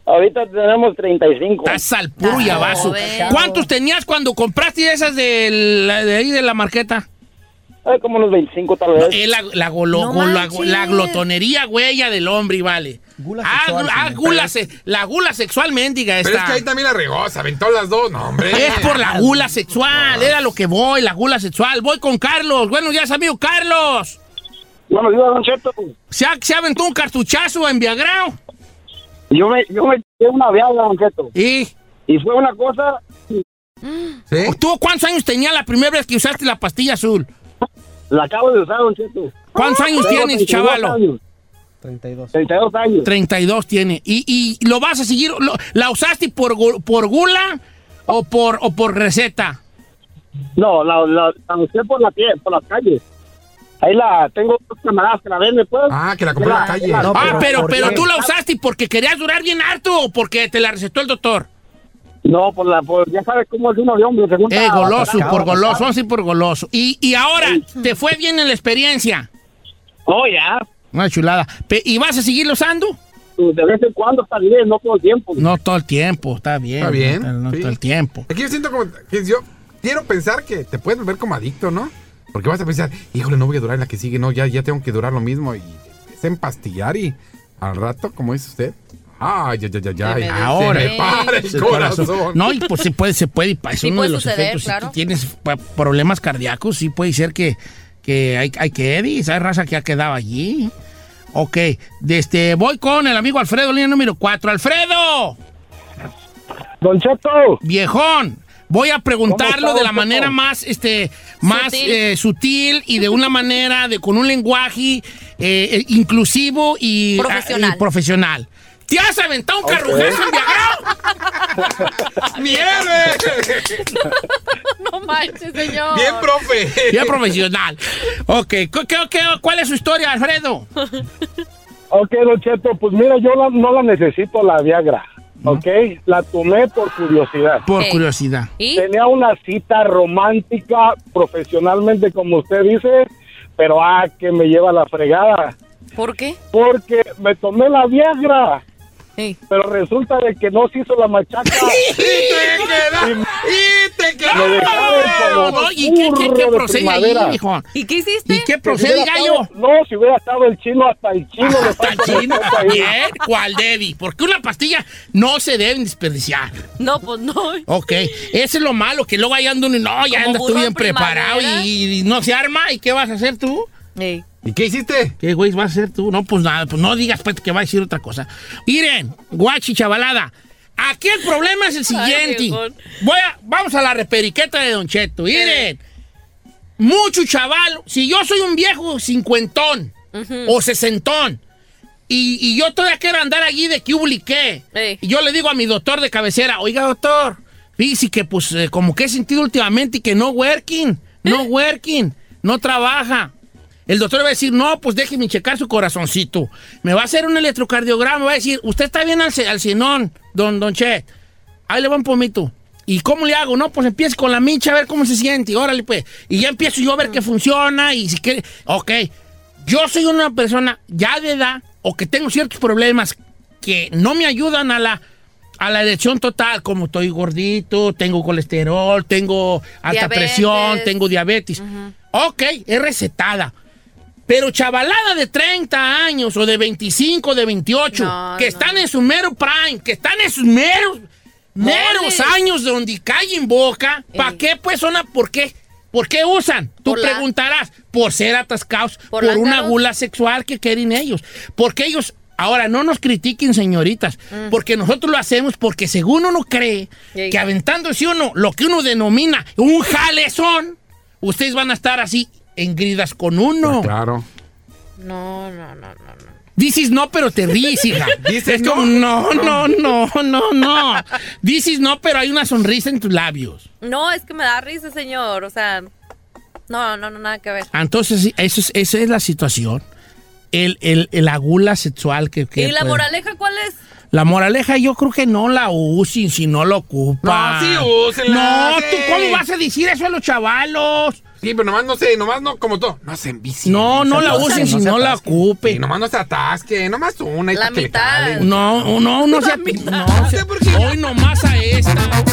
[SPEAKER 7] Ahorita tenemos 35.
[SPEAKER 1] Estás al puro y
[SPEAKER 2] Ah,
[SPEAKER 1] abazo.
[SPEAKER 2] joven.
[SPEAKER 1] ¿Cuántos tenías cuando compraste esas de, la- de ahí de la marqueta?
[SPEAKER 7] Ay, como unos 25 tal vez.
[SPEAKER 1] Eh, la, la golo-
[SPEAKER 2] No
[SPEAKER 1] golo-
[SPEAKER 2] manches.
[SPEAKER 1] la glotonería huella del hombre, y vale.
[SPEAKER 6] Gula
[SPEAKER 1] ah,
[SPEAKER 6] sexual,
[SPEAKER 1] ah,
[SPEAKER 6] señor.
[SPEAKER 1] gula se- la gula sexual mendiga esta.
[SPEAKER 3] Pero es que ahí también la regó, se aventó las dos, no, hombre.
[SPEAKER 1] Es por la gula sexual, era lo que voy, la gula sexual. Voy con Carlos. Buenos días, amigo Carlos.
[SPEAKER 7] Buenos días, Don Cheto.
[SPEAKER 1] ¿Se, ha- se aventó un cartuchazo en Viagrao?
[SPEAKER 7] Yo me, yo me eché una viagra, Don Cheto,
[SPEAKER 1] ¿Y
[SPEAKER 7] y fue una cosa,
[SPEAKER 3] ¿Sí?
[SPEAKER 1] tú cuántos años tenía la primera vez que usaste la pastilla azul?
[SPEAKER 7] la acabo de usar, Don Cheto.
[SPEAKER 1] ¿Cuántos años
[SPEAKER 7] Tengo
[SPEAKER 1] tienes,
[SPEAKER 7] 32
[SPEAKER 1] chavalo?
[SPEAKER 7] años,
[SPEAKER 6] 32.
[SPEAKER 7] 32 años.
[SPEAKER 1] 32 tiene. ¿Y, y lo vas a seguir? lo- ¿La usaste por, gu- por gula o por, o por receta?
[SPEAKER 7] No, la, la, la usé por la pie, por las calles. Ahí la tengo dos camaradas que la venden, pues.
[SPEAKER 3] Ah, que la compró en la calle.
[SPEAKER 6] No,
[SPEAKER 1] ah, pero,
[SPEAKER 6] ¿por
[SPEAKER 1] pero
[SPEAKER 6] qué?
[SPEAKER 1] tú la usaste porque querías durar bien harto o porque te la recetó el doctor.
[SPEAKER 7] No, por la, por, ya sabes cómo es uno de hombre, según.
[SPEAKER 1] Eh, goloso,
[SPEAKER 6] acabo
[SPEAKER 1] por
[SPEAKER 6] de
[SPEAKER 1] goloso, vamos a ir por goloso. Y, y ahora, ¿te fue bien en la experiencia?
[SPEAKER 7] Oh, ya.
[SPEAKER 1] Una chulada. Pe- ¿Y vas a seguir usando?
[SPEAKER 7] pues, De vez en cuando está bien, no todo el tiempo.
[SPEAKER 1] No todo el tiempo, está bien.
[SPEAKER 3] Está bien,
[SPEAKER 1] No,
[SPEAKER 3] sí.
[SPEAKER 1] todo el tiempo.
[SPEAKER 3] Aquí yo siento como que yo quiero pensar que te puedes volver como adicto, ¿no? Porque vas a pensar, híjole, no voy a durar en la que sigue, no, ya, ya tengo que durar lo mismo y es empastillar y al rato, como dice usted, ah, ya, ya, ya, ya,
[SPEAKER 2] me
[SPEAKER 3] y
[SPEAKER 1] ahora.
[SPEAKER 3] se me para el corazón.
[SPEAKER 1] No, y pues sí puede, se puede, y pa- es
[SPEAKER 2] Sí
[SPEAKER 1] uno
[SPEAKER 2] puede
[SPEAKER 1] de los
[SPEAKER 2] suceder,
[SPEAKER 1] efectos.
[SPEAKER 2] claro.
[SPEAKER 1] Si tú tienes pa- problemas cardíacos, sí puede ser que, que hay, hay que Edis, hay raza que ha quedado allí. Ok, desde, voy con el amigo Alfredo, línea número 4. ¡Alfredo!
[SPEAKER 7] Don Cheto.
[SPEAKER 1] Viejón, voy a
[SPEAKER 7] ¿Cómo
[SPEAKER 1] preguntarlo
[SPEAKER 7] está,
[SPEAKER 1] de la
[SPEAKER 7] Checo?
[SPEAKER 1] manera más, este, más
[SPEAKER 2] Sutil.
[SPEAKER 1] eh, sutil y de una manera, de, con un lenguaje eh, eh, inclusivo y
[SPEAKER 2] Profesional.
[SPEAKER 1] ah, y profesional. ¿Te has aventado un carrujazo en
[SPEAKER 7] <laughs>
[SPEAKER 1] Viagrao?
[SPEAKER 3] ¡Nieve!
[SPEAKER 1] <laughs>
[SPEAKER 2] No manches, señor.
[SPEAKER 3] ¡Bien, profe!
[SPEAKER 1] Bien profesional. Ok, ¿cu- qué- qué- ¿cuál es su historia, Alfredo?
[SPEAKER 7] Ok, Don Cheto, pues mira, yo la- no la necesito la Viagra, ¿ok? La tomé por curiosidad.
[SPEAKER 1] Por
[SPEAKER 2] Ey.
[SPEAKER 1] curiosidad.
[SPEAKER 2] ¿Y?
[SPEAKER 7] Tenía una cita romántica, profesionalmente, como usted dice, pero ah, que me lleva la fregada.
[SPEAKER 2] ¿Por qué?
[SPEAKER 7] Porque me tomé la Viagra,
[SPEAKER 2] Ey.
[SPEAKER 7] pero resulta de que no se hizo la machaca.
[SPEAKER 1] ¡Y te
[SPEAKER 3] <laughs>
[SPEAKER 1] quedas! ¡Y te
[SPEAKER 7] Lo dejaron como
[SPEAKER 1] ¿Y qué, qué, qué
[SPEAKER 7] burro de
[SPEAKER 1] procede
[SPEAKER 7] primavera.
[SPEAKER 1] ahí, hijo?
[SPEAKER 2] ¿Y qué hiciste?
[SPEAKER 1] ¿Y qué
[SPEAKER 7] Si
[SPEAKER 1] procede,
[SPEAKER 7] hubiera
[SPEAKER 1] gallo?
[SPEAKER 7] estado- no, si hubiera estado el chino, hasta el chino le
[SPEAKER 1] Hasta
[SPEAKER 7] falta
[SPEAKER 1] chino
[SPEAKER 7] respeto ahí.
[SPEAKER 1] también, cual Debbie. Porque una pastilla no se debe desperdiciar.
[SPEAKER 2] No, pues no.
[SPEAKER 1] Ok, ese es lo malo, que luego ahí anda uno y no, ya
[SPEAKER 2] Como
[SPEAKER 1] andas tú
[SPEAKER 2] burro en
[SPEAKER 1] bien preparado
[SPEAKER 2] primavera.
[SPEAKER 1] y, y no se arma. ¿Y qué vas a hacer tú?
[SPEAKER 2] Ey.
[SPEAKER 3] ¿Y qué hiciste?
[SPEAKER 1] ¿Qué, güey, vas a hacer tú? No, pues nada, pues no digas pues, que va a decir otra cosa. Miren, guachi chavalada, aquí el problema es el siguiente.
[SPEAKER 2] viejón.
[SPEAKER 1] Voy a- vamos a la reperiqueta de Don Cheto. Miren, mucho chaval, si yo soy un viejo cincuentón o sesentón, y, y yo todavía quiero andar allí de que ubliqué.
[SPEAKER 2] Ey.
[SPEAKER 1] Y yo le digo a mi doctor de cabecera, oiga doctor, fíjese que pues eh, como que he sentido últimamente que no working, no working, no trabaja. El doctor va a decir, no, pues déjeme checar su corazoncito. Me va a hacer un electrocardiograma, va a decir, usted está bien al, ce- al cienón, don, don Che. Ahí le va un pomito. ¿Y cómo le hago? No, pues empiezo con la micha a ver cómo se siente. y Órale, pues. Y ya empiezo yo a ver qué funciona y si quiere. Ok. Yo soy una persona ya de edad o que tengo ciertos problemas que no me ayudan a la, a la elección total, como estoy gordito, tengo colesterol, tengo alta
[SPEAKER 2] Diabetes.
[SPEAKER 1] presión, tengo diabetes. Ok, es recetada. Pero chavalada de 30 años o de 25, de 28,
[SPEAKER 2] No,
[SPEAKER 1] que
[SPEAKER 2] no.
[SPEAKER 1] están en su mero prime, que están en sus meros, meros
[SPEAKER 2] Moles.
[SPEAKER 1] años donde callen boca, ¿para
[SPEAKER 2] Ey.
[SPEAKER 1] qué pues son? a- ¿Por qué? ¿Por qué usan? Tú
[SPEAKER 2] Por la-
[SPEAKER 1] preguntarás, por ser atascados, por,
[SPEAKER 2] Por
[SPEAKER 1] una
[SPEAKER 2] lángaros.
[SPEAKER 1] gula sexual que quieren ellos. Porque ellos, ahora no nos critiquen señoritas, porque nosotros lo hacemos porque según uno cree
[SPEAKER 2] Mm. Ey.
[SPEAKER 1] que aventándose uno lo que uno denomina un jalezón, ustedes van a estar así engridas con uno.
[SPEAKER 3] Ah, Claro.
[SPEAKER 2] No, no, no, no. no.
[SPEAKER 1] Dices no, pero te ríes, hija.
[SPEAKER 3] <laughs> Dices
[SPEAKER 1] Es como, no, no, no, no, no. Dices no, pero hay una sonrisa en tus labios.
[SPEAKER 2] No, es que me da risa, señor. O sea, no, no, no, nada que ver.
[SPEAKER 1] Entonces, sí, eso es, esa es la situación. El, el, el agula sexual que... que pues,
[SPEAKER 2] ¿Y la
[SPEAKER 1] puede-
[SPEAKER 2] moraleja cuál es?
[SPEAKER 1] La moraleja yo creo que no la usen si no la ocupan.
[SPEAKER 3] No, sí, úsenla,
[SPEAKER 1] No,
[SPEAKER 3] sí.
[SPEAKER 1] ¿tú cómo vas a decir eso a los chavalos?
[SPEAKER 3] Sí, pero nomás no sé, nomás no, como todo. No se envicien.
[SPEAKER 1] No, no
[SPEAKER 3] se
[SPEAKER 1] la
[SPEAKER 3] atasquen,
[SPEAKER 1] usen si
[SPEAKER 3] se
[SPEAKER 1] no la
[SPEAKER 3] atasquen.
[SPEAKER 1] ocupen.
[SPEAKER 3] Sí, nomás no se atasque, nomás una. y
[SPEAKER 2] La
[SPEAKER 3] pa' que le
[SPEAKER 2] mitad.
[SPEAKER 3] cale.
[SPEAKER 1] No, no, no se...
[SPEAKER 3] Ah,
[SPEAKER 2] mitad.
[SPEAKER 1] No, se- hoy nomás a esta.